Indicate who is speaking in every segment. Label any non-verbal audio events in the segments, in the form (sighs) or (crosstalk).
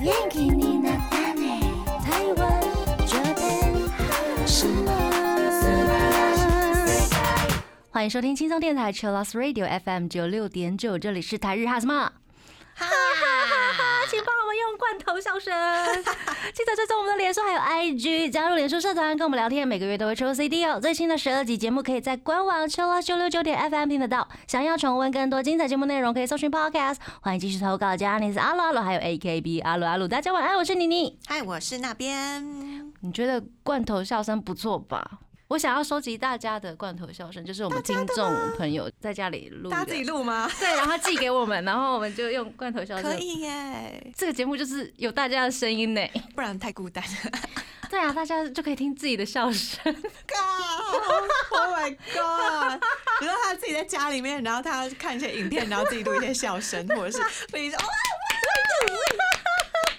Speaker 1: 元気になったね台湾这边什
Speaker 2: (laughs)
Speaker 1: 么？
Speaker 3: 欢迎收听轻松电台 Chillus Radio FM 九六点九，这里是台日哈什么。哈，请帮我们用罐头笑声。记得追踪我们的脸书还有 IG，加入脸书社团跟我们聊天，每个月都会抽 CD 哦。最新的十二集节目可以在官网 Chillus 九六九点 FM 听得到。想要重温更多精彩节目内容，可以搜寻 Podcast。欢迎继续投稿，加上你是阿鲁阿鲁，还有 AKB 阿鲁阿鲁。大家晚安，我是妮妮。
Speaker 2: 嗨，我是那边。
Speaker 3: 你觉得罐头笑声不错吧？我想要收集大家的罐头笑声，就是我们听众朋友在家里录的，
Speaker 2: 大家自己
Speaker 3: (laughs)
Speaker 2: 录吗？
Speaker 3: 对，然后寄给我们，然后我们就用罐头笑声。
Speaker 2: 可以耶，
Speaker 3: 这个节目就是有大家的声音呢。
Speaker 2: 不然太孤
Speaker 3: (laughs)
Speaker 2: 单了。
Speaker 3: 对啊，大家就可以听自己的笑声。 (laughs)
Speaker 2: God, oh my god！你说他自己在家里面，然后他看一些影片，然后自己录一些笑声，或者是自己
Speaker 3: (laughs)
Speaker 2: 说哦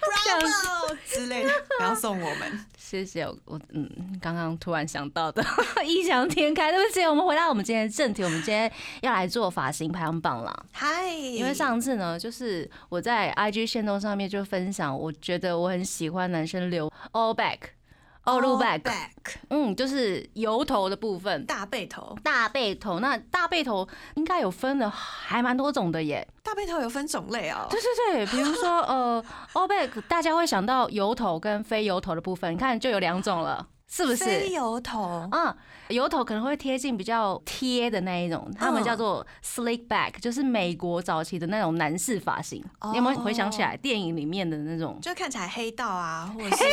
Speaker 2: ，Bravo 之类的，然后送我们。
Speaker 3: 谢谢我，我嗯，刚刚突然想到的， (laughs) 异想天开。对不起，我们回到我们今天的正题，我们今天要来做发型排行榜了。
Speaker 2: 嗨，
Speaker 3: 因
Speaker 2: 因
Speaker 3: 为上次呢，就是我在 IG 线动上面就分享，我觉得我很喜欢男生留 all back、all low back，
Speaker 2: back
Speaker 3: 嗯，就是油头的部分，
Speaker 2: 大背头，
Speaker 3: 大背头。那大背头应该有分的还蛮多种的耶。
Speaker 2: 大背头有分种类哦。
Speaker 3: 对对对，比如说呃 all back，大家会想到油头跟非油头的部分，你看就有两种了，是不是？
Speaker 2: 非油头，
Speaker 3: 嗯，油头可能会贴近比较贴的那一种，他们
Speaker 2: 嗯
Speaker 3: 叫做 slick back，就是美国早期的那种男士发型。
Speaker 2: 哦
Speaker 3: 你有没有回想起来电影里面的那种？
Speaker 2: 就看起来黑道啊，
Speaker 3: (laughs)
Speaker 2: 或者是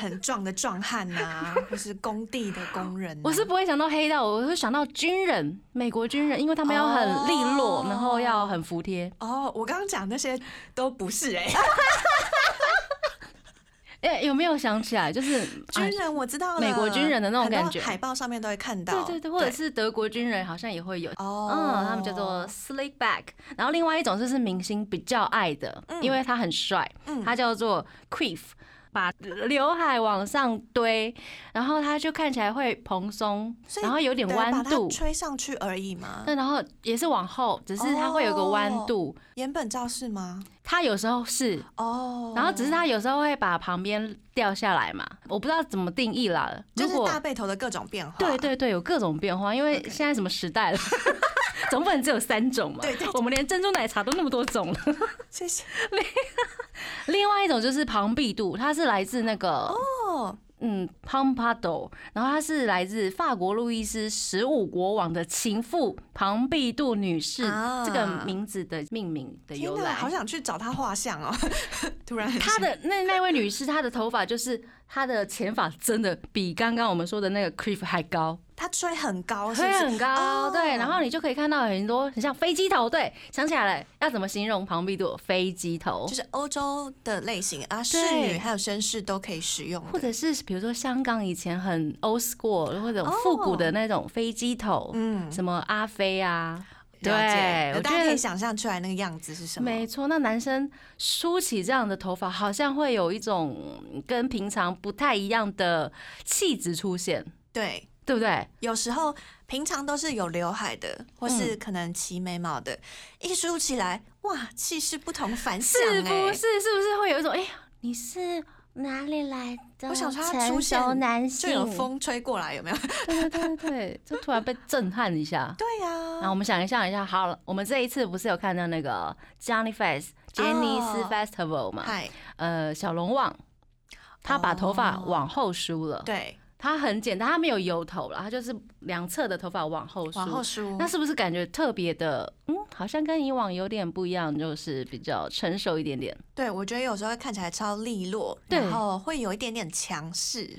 Speaker 2: 很壮的壮汉呐，或是工地的工人啊。
Speaker 3: 我是不会想到黑道，我会想到军人，美国军人，因为他们要很利落
Speaker 2: 哦，
Speaker 3: 然后要很服帖。
Speaker 2: 哦，我刚刚讲那些都不是哎、
Speaker 3: 啊哎，有没有想起来？就是
Speaker 2: 军
Speaker 3: 啊
Speaker 2: 人我知道了，
Speaker 3: 美国军人的那种
Speaker 2: 很多
Speaker 3: 感觉
Speaker 2: 海报上面都会看到。
Speaker 3: 对对对，或者是德国军人好像也会有。
Speaker 2: 哦，
Speaker 3: 嗯，他们叫做 slick back，然后另外一种就是明星比较爱的，因为他很帅，
Speaker 2: 嗯
Speaker 3: 他叫做 quiff，把刘海往上堆，然后他就看起来会蓬松，
Speaker 2: 所以
Speaker 3: 然后有点
Speaker 2: 对啊
Speaker 3: 弯
Speaker 2: 把它
Speaker 3: 度，嗯
Speaker 2: 吹上去而已嘛。
Speaker 3: 对，然后也是往后，只是它会有个弯度，
Speaker 2: 原本照是吗？
Speaker 3: 它有时候是，
Speaker 2: 哦，
Speaker 3: 然后只是它有时候会把旁边掉下来嘛，我不知道怎么定义啦。
Speaker 2: 就
Speaker 3: 如
Speaker 2: 是
Speaker 3: 果
Speaker 2: 大背头的各种变化。
Speaker 3: 对对对，有各种变化，因为现在什么时代了。 (laughs) 总不能只有三种嘛？
Speaker 2: 对对对
Speaker 3: 我们连珍珠奶茶都那么多种了。
Speaker 2: 谢谢。
Speaker 3: 另外一种就是庞毕度，它是来自那个
Speaker 2: 哦，
Speaker 3: 嗯 Pompadour，然后它是来自法国路易斯十五国王的情妇庞毕度女士、
Speaker 2: 啊
Speaker 3: 这个名字的命名的
Speaker 2: 天
Speaker 3: 由
Speaker 2: 哪，
Speaker 3: 来。
Speaker 2: 好想去找他画像哦。 (laughs) 突然很
Speaker 3: 她
Speaker 2: 想
Speaker 3: 的那那位女士，她的头发就是她的前发真的比刚刚我们说的那个 Cliff 还高，
Speaker 2: 他吹很高，是
Speaker 3: 吹
Speaker 2: 不是
Speaker 3: 很高，
Speaker 2: 哦
Speaker 3: 对，然后你就可以看到很多很像飞机头，对，想起来了，要怎么形容庞毕度飞机头
Speaker 2: 就？是欧洲的类型啊，侍
Speaker 3: 对
Speaker 2: 女还有绅士都可以使用的，
Speaker 3: 或者是比如说香港以前很 old school 或者复古的那种飞机头，
Speaker 2: 哦嗯
Speaker 3: 什么阿飞啊，对
Speaker 2: 了解，
Speaker 3: 我
Speaker 2: 大
Speaker 3: 觉
Speaker 2: 家
Speaker 3: 得
Speaker 2: 可以想象出来那个样子是什么。
Speaker 3: 没错。那男生梳起这样的头发，好像会有一种跟平常不太一样的气质出现，
Speaker 2: 对，
Speaker 3: 对不对？
Speaker 2: 有时候平常都是有刘海的，或
Speaker 3: 嗯
Speaker 2: 是可能齐眉毛的，一梳起来，哇，气势不同凡响
Speaker 3: 是不
Speaker 2: 哎、
Speaker 3: 是？是不是会有一种哎呀，你是哎
Speaker 1: 哪里来的？
Speaker 2: 我想说他出
Speaker 1: 成
Speaker 2: 现
Speaker 1: 熟男
Speaker 2: 就
Speaker 1: 性，
Speaker 2: 有风吹过来，有没有？ (laughs)
Speaker 3: 对对对对，就突然被震撼一下。
Speaker 2: 对呀、
Speaker 3: 然后我们想一下，一下好了，我们这一次不是有看到那个 Johnny Fest 杰尼斯
Speaker 2: 哦
Speaker 3: Festival 嘛？
Speaker 2: 嗨，
Speaker 3: 呃，小龙旺，他把头发往后梳了。
Speaker 2: 对，
Speaker 3: 他很简单，他没有油头了，他就是两侧的头发往后梳。
Speaker 2: 往后梳
Speaker 3: 那，是不是感觉特别的？嗯，好像跟以往有点不一样，就是比较成熟一点点。
Speaker 2: 对我觉得有时候会看起来超利落，
Speaker 3: 对
Speaker 2: 然后会有一点点强势，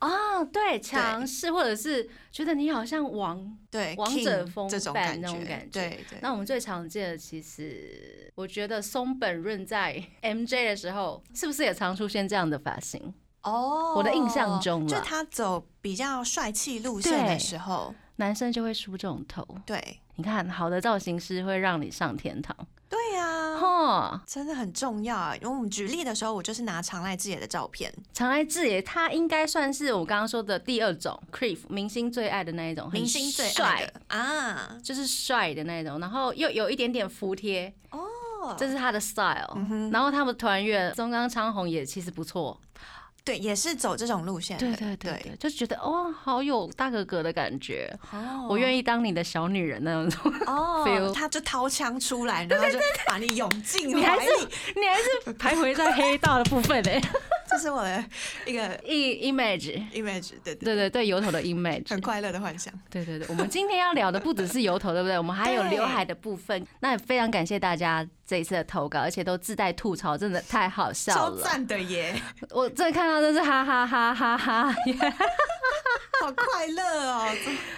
Speaker 3: 哦，对，强势或者是觉得你好像王。
Speaker 2: 对，
Speaker 3: 王者
Speaker 2: king
Speaker 3: 风
Speaker 2: 这种
Speaker 3: 范
Speaker 2: 感
Speaker 3: 那
Speaker 2: 觉，
Speaker 3: 种感觉
Speaker 2: 对对。
Speaker 3: 那我们最常见的，其实我觉得松本润 (laughs) 在 MJ 的时候，是不是也常出现这样的发型？
Speaker 2: 哦，
Speaker 3: 我的印象中
Speaker 2: 就
Speaker 3: 啦
Speaker 2: 他走比较帅气路线的
Speaker 3: 对
Speaker 2: 时候，
Speaker 3: 男生就会梳这种头。
Speaker 2: 对
Speaker 3: 你看，好的造型师会让你上天堂。
Speaker 2: 对呀、
Speaker 3: 哦，
Speaker 2: 真的很重要啊！因为我们举例的时候，我就是拿常濑智也的照片，
Speaker 3: 常来智也，他应该算是我刚刚说的第二种 creep 明星最爱的那一种，很
Speaker 2: 明星最爱
Speaker 3: 帅，
Speaker 2: 的啊，
Speaker 3: 就是帅的那一种，然后又有一点点服帖，
Speaker 2: 错，
Speaker 3: 这是他的 style。然
Speaker 2: 嗯
Speaker 3: 后他们团员中冈昌宏也其实不错，
Speaker 2: 对，也是走这种路线的。
Speaker 3: 对，就觉得哇、好有大哥哥的感觉，
Speaker 2: 哦
Speaker 3: 我愿意当你的小女人那种。feel (laughs)
Speaker 2: 哦，他就掏枪出来，然后就把你涌进
Speaker 3: 你
Speaker 2: 怀
Speaker 3: 还是
Speaker 2: 里。
Speaker 3: 你还是徘徊在黑道的部分
Speaker 2: (laughs)
Speaker 3: 哎、
Speaker 2: 这是我的一个
Speaker 3: i image。
Speaker 2: image，对对，
Speaker 3: 对对对，油头的 image，
Speaker 2: 很快乐的幻想。
Speaker 3: 对对对，我们今天要聊的不只是油头，对不对？我们还有
Speaker 2: 对
Speaker 3: 刘海的部分。那也非常感谢大家这一次的投稿，而且都自带吐槽，真的太好笑
Speaker 2: 超
Speaker 3: 了。
Speaker 2: 赞的耶，
Speaker 3: 我真的看到真是哈哈哈哈哈。
Speaker 2: 好快乐哦！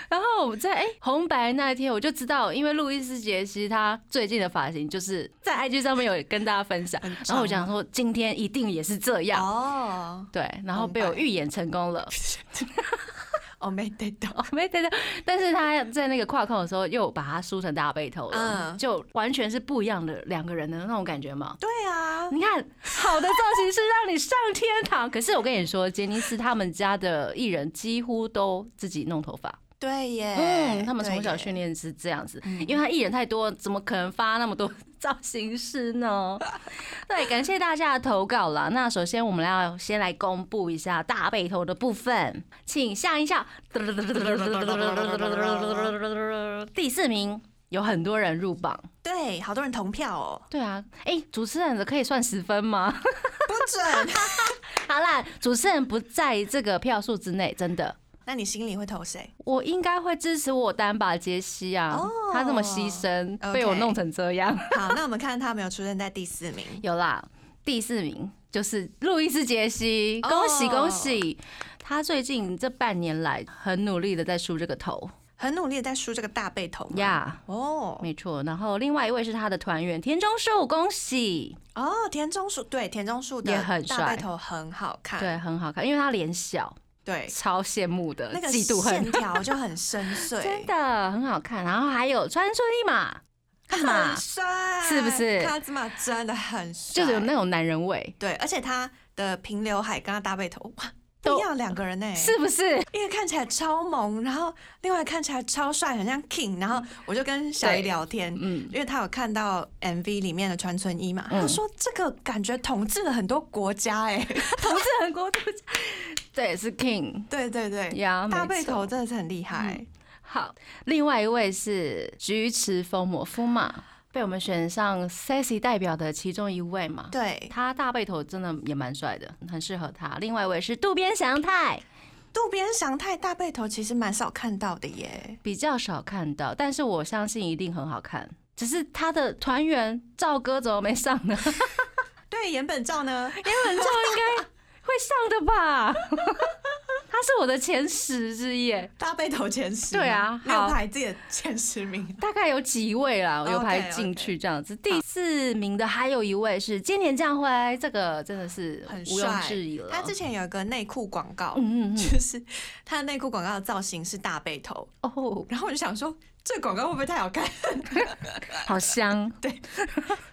Speaker 3: 然后我在哎、红白那一天，我就知道，因为路易斯杰西他最近的发型就是在 IG 上面有跟大家分享
Speaker 2: 很，
Speaker 3: 然后我
Speaker 2: 长
Speaker 3: 想说今天一定也是这样。
Speaker 2: 哦，
Speaker 3: 对，然后被我预言成功了。
Speaker 2: 哦，没得到，
Speaker 3: 哦， (laughs) 没对对，但是他在那个跨控的时候又把它梳成大背头了，
Speaker 2: 嗯
Speaker 3: 就完全是不一样的两个人的那种感觉嘛。
Speaker 2: 对啊，
Speaker 3: 你看，好的造型师让你上天堂。可是我跟你说，杰尼斯他们家的艺人几乎都自己弄头发，
Speaker 2: 对耶，
Speaker 3: 嗯，他们从小
Speaker 2: 哎对耶
Speaker 3: 训练是这样子，因为他艺人太多，怎么可能发那么多 (laughs) 造型师呢？对，感谢大家的投稿啦。那首先我们要先来公布一下大背头的部分，请像一下。第四名有很多人入榜，
Speaker 2: 对，好多人同票哦，
Speaker 3: 对啊，哎、主持人的可以算十分吗？ (laughs)
Speaker 2: 不准，
Speaker 3: 好啦，主持人不在这个票数之内，真的。
Speaker 2: (laughs) 那你心里会投谁？
Speaker 3: 我应该会支持我单把杰西啊
Speaker 2: 哦
Speaker 3: 他这么牺牲
Speaker 2: OK
Speaker 3: 被我弄成这样。
Speaker 2: 好，那我们看他有没有出现在第四名，
Speaker 3: (laughs) 有啦，第四名就是路易斯杰西，恭喜
Speaker 2: 哦
Speaker 3: 恭喜！他最近这半年来很努力的在梳这个头
Speaker 2: 很努力的在梳这个大背头吗
Speaker 3: 呀
Speaker 2: 哦
Speaker 3: 没错。然后另外一位是他的团员田中树，恭喜，
Speaker 2: 哦，田中树对田中树的
Speaker 3: 也很帅
Speaker 2: 大背头很好看，
Speaker 3: 对，很好看，因为他脸小，
Speaker 2: 对，
Speaker 3: 超羡慕的，
Speaker 2: 那个
Speaker 3: 嫉妒恨
Speaker 2: 线，条就很深邃，
Speaker 3: (laughs) 真的很好看。然后还有川顺一 (laughs) 马，干嘛
Speaker 2: 很？帅，
Speaker 3: 是不是
Speaker 2: 卡兹玛真的很帅，
Speaker 3: 就是有那种男人味，
Speaker 2: 对，而且他的平刘海跟他搭配头，哇，
Speaker 3: 都
Speaker 2: 不一样两个人呢、
Speaker 3: 是不是？
Speaker 2: 一个看起来超萌，然后另外看起来超帅，很像 King。然后我就跟小
Speaker 3: 对
Speaker 2: 姨聊天，
Speaker 3: 嗯，
Speaker 2: 因为他有看到 MV 里面的川村一嘛，
Speaker 3: 嗯
Speaker 2: 他说这个感觉统治了很多国家哎、
Speaker 3: 同志很国度，对，是 King
Speaker 2: (laughs) 对对对，
Speaker 3: 呀，
Speaker 2: 大
Speaker 3: 没
Speaker 2: 背
Speaker 3: 错嗯
Speaker 2: 头真的是很厉害，
Speaker 3: 好，另外一位是菊池风磨夫嘛，被我们选上 sexy 代表的其中一位嘛。
Speaker 2: 对，
Speaker 3: 他大背头真的也蛮帅的，很适合他。另外一位是渡边翔太，
Speaker 2: 渡边翔太大背头其实蛮少看到的耶，
Speaker 3: 比较少看到，但是我相信一定很好看。只是他的团员赵哥怎么没上 (laughs) 呢？原
Speaker 2: 对，岩本照呢，
Speaker 3: 本照应该会上的吧？ (laughs) 他是我的前十之一耶，
Speaker 2: 大背头前十，
Speaker 3: 对啊
Speaker 2: 没有
Speaker 3: 好
Speaker 2: 排自己的前十名，
Speaker 3: 大概有几位啦，
Speaker 2: OK，
Speaker 3: 有排进去这样子。第四名的还有一位是菅田将晖，这个真的是
Speaker 2: 很
Speaker 3: 毋庸
Speaker 2: 帅
Speaker 3: 置疑了。
Speaker 2: 他之前有一个内裤广告，
Speaker 3: 呃嗯嗯嗯，
Speaker 2: 就是他的内裤广告的造型是大背头，
Speaker 3: 哦，
Speaker 2: 然后我就想说这广告会不会太好看？ (laughs)
Speaker 3: 好香，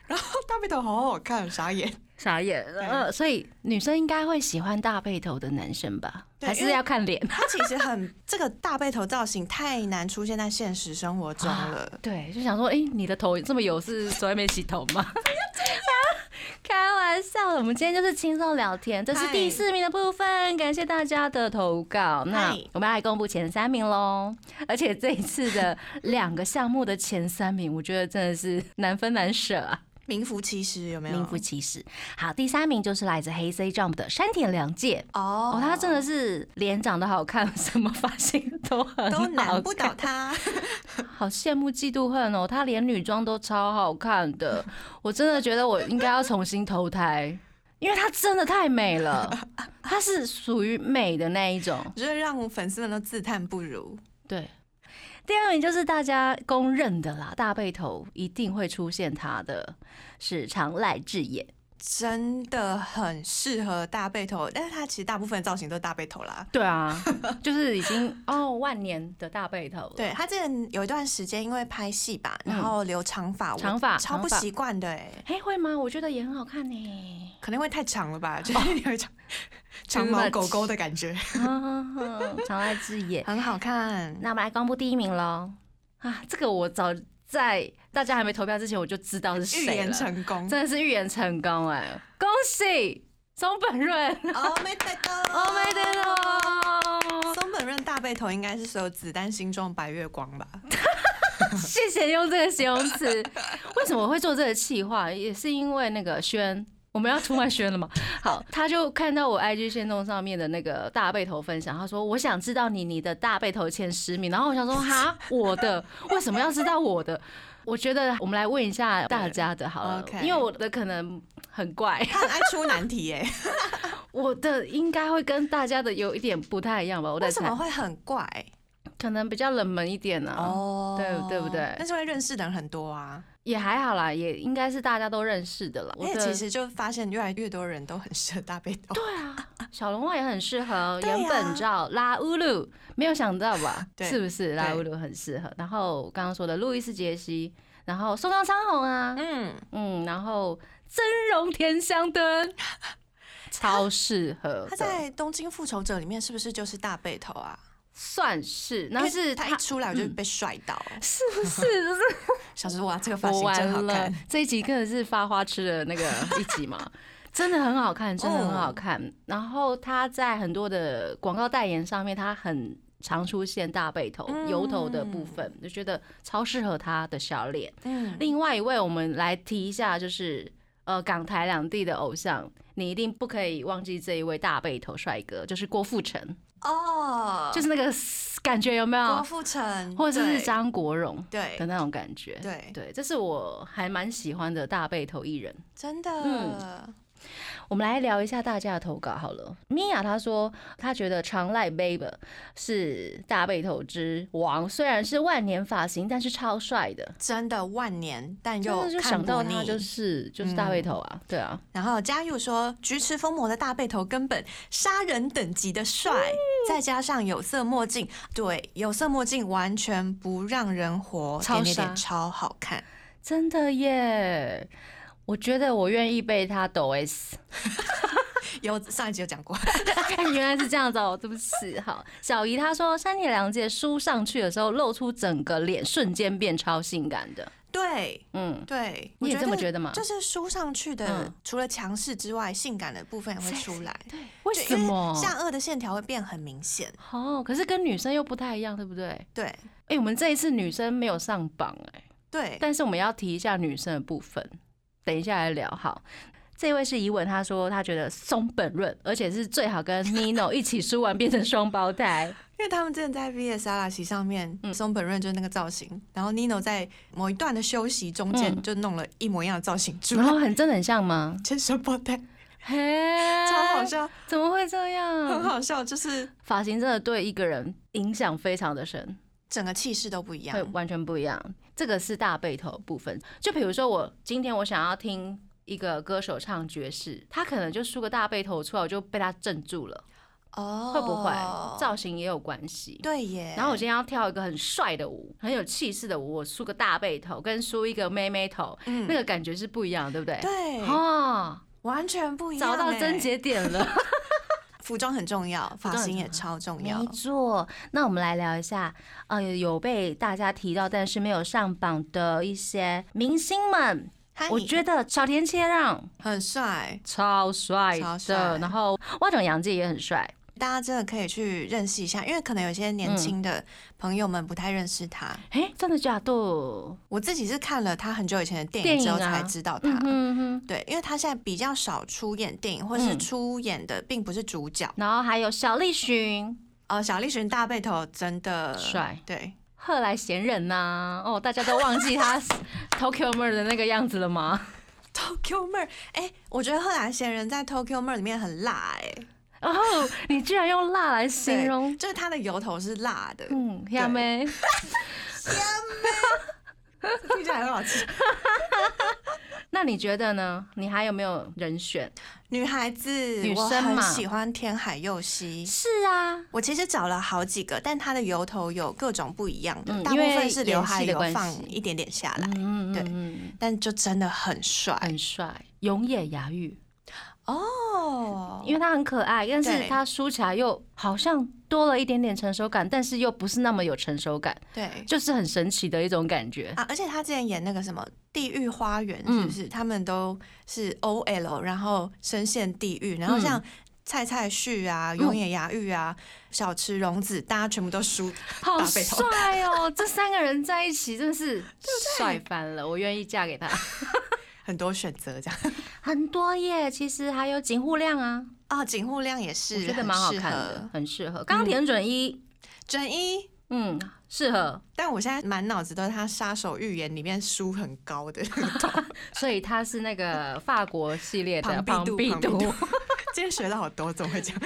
Speaker 2: 然后大背头好好看，傻眼。
Speaker 3: 傻眼。呃，所以女生应该会喜欢大背头的男生吧？
Speaker 2: 对
Speaker 3: 还
Speaker 2: 因
Speaker 3: 是
Speaker 2: 为
Speaker 3: 要看脸？。
Speaker 2: 他其实很这个大背头造型太难出现在现实生活中了
Speaker 3: 啊对，就想说，哎、你的头这么油，是从来没洗头
Speaker 2: (laughs)
Speaker 3: 吗？ (laughs) 开玩笑的，我们今天就是轻松聊天，这是
Speaker 2: 嗨
Speaker 3: 第四名的部分，感谢大家的投稿。那
Speaker 2: 嗨
Speaker 3: 我们来公布前三名喽，而且这一次的两个项目的前三名，我觉得真的是难分难舍啊，
Speaker 2: 名副其实有 (laughs) 没有？
Speaker 3: 名副其实。好，第三名就是来自黑 C Jump 的山田凉介。
Speaker 2: 哦
Speaker 3: 哦，他真的是脸长得好看，什么发型都很
Speaker 2: 都难不
Speaker 3: 好
Speaker 2: 倒
Speaker 3: 看
Speaker 2: 他。
Speaker 3: 好羡慕嫉妒恨哦，她连女装都超好看 (laughs) 的，我真的觉得我应该要重新投胎，因为她真的太美了，她是属于美的那一种。
Speaker 2: (laughs) 就是让粉丝们都自叹不如。
Speaker 3: (laughs) 对，第二名就是大家公认的啦，大背头一定会出现她的是长濑智也。
Speaker 2: 真的很适合大背头，但是他其实大部分的造型都是大背头啦。
Speaker 3: 对 (laughs) 啊，就是已经哦万年的大背头了。
Speaker 2: 对他之前有一段时间因为拍戏吧，然后留长发，我
Speaker 3: 嗯长发
Speaker 2: 超不
Speaker 3: 长发
Speaker 2: 习惯的哎、
Speaker 3: 哎、会吗？我觉得也很好看呢。
Speaker 2: 可能会太长了吧， (laughs) 就是有一种长
Speaker 3: 哦 (laughs) Too
Speaker 2: 毛
Speaker 3: much
Speaker 2: 狗狗的感觉，
Speaker 3: (laughs) 长濑智也，
Speaker 2: 很好看。
Speaker 3: 那我们来公布第一名喽！啊，这个我早在大家还没投票之前，我就知道是
Speaker 2: 预
Speaker 3: 谁
Speaker 2: 言
Speaker 3: 了，
Speaker 2: 成功。
Speaker 3: 真的是预言成功哎、恭喜松本润
Speaker 2: Oh my god！
Speaker 3: ，Oh my god！
Speaker 2: 松本润大背头应该是所有子弹心中白月光
Speaker 3: (laughs)
Speaker 2: 吧？ (laughs)
Speaker 3: 谢谢用这个形容词。为什么我会做这个企划，也是因为那个轩。我们要出卖轩了
Speaker 2: (laughs)
Speaker 3: 吗？好，他就看到我 IG 线动上面的那个大背头分享，他说我想知道你你的大背头前十名，然后我想说哈
Speaker 2: (laughs)
Speaker 3: 我的为什么要知道我的？我觉得我们来问一下大家的好了
Speaker 2: (laughs) OK
Speaker 3: 因为我的可能很怪，
Speaker 2: 他很爱出难题耶、
Speaker 3: 我的应该会跟大家的有一点不太一样吧？ (laughs) 我在
Speaker 2: 为什
Speaker 3: 猜
Speaker 2: 么，会很怪？
Speaker 3: 可能比较冷门一点呢、啊
Speaker 2: 哦
Speaker 3: 对对不对
Speaker 2: 但是会认识的人很多啊，
Speaker 3: 也还好啦，也应该是大家都认识的啦。
Speaker 2: 而
Speaker 3: 我
Speaker 2: 且
Speaker 3: 的
Speaker 2: 哎其实就发现越来越多人都很适合大背头。
Speaker 3: 对啊，小龙袜也很适合，
Speaker 2: 对啊
Speaker 3: 岩本照、拉乌鲁，没有想到吧？
Speaker 2: (laughs) 对
Speaker 3: 是不是拉乌鲁很适合？然后刚刚说的路易斯杰西，然后松冈昌宏啊，
Speaker 2: 嗯，
Speaker 3: 嗯，然后真容田香
Speaker 2: (laughs)
Speaker 3: 灯，超适合
Speaker 2: 他
Speaker 3: 的，
Speaker 2: 在《东京复仇者》里面是不是就是大背头啊？
Speaker 3: 算是，
Speaker 2: 因
Speaker 3: 但
Speaker 2: 为
Speaker 3: 是嗯
Speaker 2: 他一出来我就被帅到，
Speaker 3: 是不是？ (laughs) 就是
Speaker 2: 想说哇，这个发
Speaker 3: 我
Speaker 2: 型真好
Speaker 3: 嗯完了
Speaker 2: 看。，
Speaker 3: 这一集真的是发花痴的那
Speaker 2: (laughs)
Speaker 3: 个一集嘛，真的很好看，真的很好看。
Speaker 2: 哦
Speaker 3: 然后他在很多的广告代言上面，他很常出现大背头、
Speaker 2: 嗯
Speaker 3: 油头的部分，就觉得超适合他的小脸。
Speaker 2: 嗯，
Speaker 3: 另外一位，我们来提一下，就是呃港台两地的偶像，你一定不可以忘记这一位大背头帅哥，就是郭富城，
Speaker 2: 哦，
Speaker 3: 就是是那个感觉有没
Speaker 2: 郭
Speaker 3: 有？
Speaker 2: 富城，
Speaker 3: 或者是
Speaker 2: 对
Speaker 3: 张国荣
Speaker 2: 对
Speaker 3: 的那种感觉。
Speaker 2: 对，
Speaker 3: 对，这是我还蛮喜欢的大背头艺人。嗯
Speaker 2: 真的，
Speaker 3: 我们来聊一下大家的投稿好了。米娅她说，她觉得长濑 Baby 是大背头之王，虽然是万年发型，但是超帅的。
Speaker 2: 真的万年，但
Speaker 3: 真
Speaker 2: 又
Speaker 3: 的就
Speaker 2: 看嗯
Speaker 3: 想
Speaker 2: 不
Speaker 3: 到他
Speaker 2: 腻。
Speaker 3: 就是就是大背头啊，对啊，
Speaker 2: 然后佳佑说，菊池风磨的大背头根本杀人等级的帅，
Speaker 3: 嗯
Speaker 2: 再加上有色墨镜，对，有色墨镜完全不让人活，
Speaker 3: 超
Speaker 2: 点点
Speaker 3: 杀
Speaker 2: 点超好看。
Speaker 3: 真的耶。我觉得我愿意被他抖 S，哎
Speaker 2: 有上一集有讲过， (laughs)
Speaker 3: 原来是这样子哦，对不起。好，小姨她说山田凉介梳上去的时候，露出整个脸，瞬间变超性感的。
Speaker 2: 对
Speaker 3: 嗯，
Speaker 2: 对，
Speaker 3: 你也这么
Speaker 2: 得
Speaker 3: 觉得吗？
Speaker 2: 就是梳上去的
Speaker 3: 嗯，
Speaker 2: 除了强势之外，性感的部分也会出来。
Speaker 3: 对，为
Speaker 2: 就
Speaker 3: 什
Speaker 2: 因
Speaker 3: 么？
Speaker 2: 下颚的线条会变很明显？
Speaker 3: 哦，可是跟女生又不太一样，对不对？
Speaker 2: 对
Speaker 3: 哎、我们这一次女生没有上榜哎、
Speaker 2: 对，
Speaker 3: 但是我们要提一下女生的部分，等一下来聊好。这位是怡文，她说她觉得松本润，而且是最好 (laughs) 跟 Nino 一起梳完变成双胞胎。
Speaker 2: 因为他们之前在 VS 阿拉奇上面
Speaker 3: 嗯，
Speaker 2: 松本润就是那个造型，然后 Nino 在某一段的休息中间
Speaker 3: 嗯
Speaker 2: 就弄了一模一样的造型出
Speaker 3: (laughs) 然
Speaker 2: 来，
Speaker 3: 后啊很真的很像吗？
Speaker 2: 真双胞胎，
Speaker 3: 嘿，
Speaker 2: 超好，笑，
Speaker 3: 怎么会这 (laughs)
Speaker 2: 很
Speaker 3: 样？
Speaker 2: 好笑，就是
Speaker 3: 发型真的对一个人影响非常的深。
Speaker 2: 整个气势都不一样
Speaker 3: 会。完全不一样。这个是大背头的部分。就比如说，我今天我想要听一个歌手唱爵士，他可能就梳个大背头出来，我就被他镇住了，
Speaker 2: 哦，
Speaker 3: 会不会？造型也有关系。
Speaker 2: 对耶。
Speaker 3: 然后我今天要跳一个很帅的舞，很有气势的舞，我梳个大背头跟梳一个妹妹头，
Speaker 2: 嗯
Speaker 3: 那个感觉是不一样的，对不对？
Speaker 2: 对
Speaker 3: 哦，
Speaker 2: 完全不一样欸
Speaker 3: 找到
Speaker 2: 耶，
Speaker 3: 症结点了。
Speaker 2: (laughs) 服装很重要，发
Speaker 3: 装很
Speaker 2: 型也
Speaker 3: 重要
Speaker 2: 超重要
Speaker 3: 没。错，那我们来聊一下，呃，有被大家提到但是没有上榜的一些明星们。
Speaker 2: 嗨
Speaker 3: 我觉得小田切让
Speaker 2: 很帅，
Speaker 3: 超帅
Speaker 2: 超
Speaker 3: 的，
Speaker 2: 帅
Speaker 3: 然后蛙种洋介也很帅，
Speaker 2: 大家真的可以去认识一下，因为可能有些
Speaker 3: 嗯
Speaker 2: 年轻的朋友们不太认识他。
Speaker 3: 哎、真的假的？嗯
Speaker 2: 我自己是看了他很久以前的电
Speaker 3: 电
Speaker 2: 影
Speaker 3: 影
Speaker 2: 之后
Speaker 3: 啊
Speaker 2: 才知道他。
Speaker 3: 嗯哼哼。
Speaker 2: 对，因为他现在比较少出演电影，或是
Speaker 3: 嗯
Speaker 2: 出演的并不是主角。
Speaker 3: 然后还有小栗旬、
Speaker 2: 哦，小栗旬大背头真的
Speaker 3: 帅，
Speaker 2: 对，
Speaker 3: 贺来贤人呐、哦，大家都忘记他 (laughs) Tokyo m e r 的那个样子了吗？
Speaker 2: Tokyo m e r 哎、我觉得贺兰贤人在 Tokyo m e r 里面很辣、
Speaker 3: 然后哦你居然用辣来
Speaker 2: 哎，
Speaker 3: 形容
Speaker 2: 对，就是他的油头是辣的，
Speaker 3: 嗯，亚妹，
Speaker 2: 听起来很好吃。
Speaker 3: 那你觉得呢？你还有没有人选？
Speaker 2: 女孩子，
Speaker 3: 女
Speaker 2: 我
Speaker 3: 生
Speaker 2: 很
Speaker 3: 嘛
Speaker 2: 喜欢天海佑希。
Speaker 3: 是啊，
Speaker 2: 我其实找了好几个，但她的油头有各种不一样的，
Speaker 3: 嗯
Speaker 2: 大部
Speaker 3: 因为
Speaker 2: 分是刘海
Speaker 3: 演戏的
Speaker 2: 有
Speaker 3: 关系
Speaker 2: 放一点点下来，
Speaker 3: 嗯
Speaker 2: 对
Speaker 3: 嗯嗯，
Speaker 2: 但就真的很帅
Speaker 3: 很帅，永野芽郁，
Speaker 2: 哦，
Speaker 3: 因为它很可爱，但是
Speaker 2: 对
Speaker 3: 它梳起来又好像多了一点点成熟感，但是又不是那么有成熟感，
Speaker 2: 对
Speaker 3: 就是很神奇的一种感觉。
Speaker 2: 啊，而且他之前演那个什么《地狱花园》，
Speaker 3: 嗯
Speaker 2: 是不是、他们都是 OL，然后深陷地狱，
Speaker 3: 嗯
Speaker 2: 然后像。蔡蔡旭啊，永野芽郁啊，小池荣子，大家全部都输
Speaker 3: 好
Speaker 2: 大背头。
Speaker 3: 帅哦！这三个人在一起真的是帅翻了，我愿意嫁
Speaker 2: (laughs)
Speaker 3: 给他。
Speaker 2: 很多选择
Speaker 3: (laughs)
Speaker 2: 这样
Speaker 3: 很多耶，其实还有井户亮啊，
Speaker 2: 啊。井户亮也是，
Speaker 3: 我觉得蛮好
Speaker 2: 很适
Speaker 3: 看
Speaker 2: 合嗯
Speaker 3: 的，。很适合。刚刚田准一，
Speaker 2: 准一，
Speaker 3: 嗯，适合，
Speaker 2: 但我现在满脑子都是他《杀手预言》里面输很高的 (laughs) 那个头
Speaker 3: 所以他是那个法国系列的
Speaker 2: 庞
Speaker 3: 庞
Speaker 2: 毕度
Speaker 3: 毕
Speaker 2: 庞毕
Speaker 3: 度
Speaker 2: 度。今天学到好多，怎么
Speaker 3: (laughs)
Speaker 2: 会这样？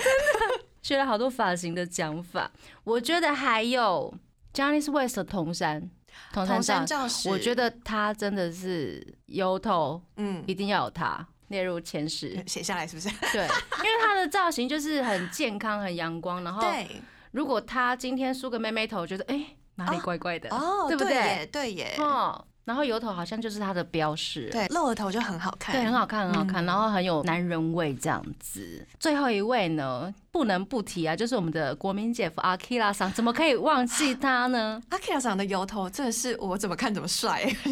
Speaker 3: 学了好多发型的讲法。我觉得还有 Johnny West 的铜山，铜
Speaker 2: 桐
Speaker 3: 山
Speaker 2: 山
Speaker 3: 照，
Speaker 2: 照史，
Speaker 3: 我觉得他真的是油头，
Speaker 2: 嗯，
Speaker 3: 一定要有他列入前十。
Speaker 2: 写下来是不是？
Speaker 3: (laughs) 对，因为他的造型就是很健康、很阳光。然后，
Speaker 2: 对，
Speaker 3: 如果他今天梳个妹妹头，觉得哎、哪里怪怪的，
Speaker 2: 哦，
Speaker 3: 对不
Speaker 2: 对
Speaker 3: 对？
Speaker 2: 耶？对耶，
Speaker 3: 哦，然后油头好像就是他的标识。
Speaker 2: 对，露了头就很好看，
Speaker 3: 对，很好看，很好看，然后很有男人味这样子。最后一位呢，不能不提啊，就是我们的国民姐夫阿 k i r a 桑，怎么可以忘记他 (laughs) 呢？
Speaker 2: 阿 Kira 长的油头真的是我怎么看怎么帅， (laughs)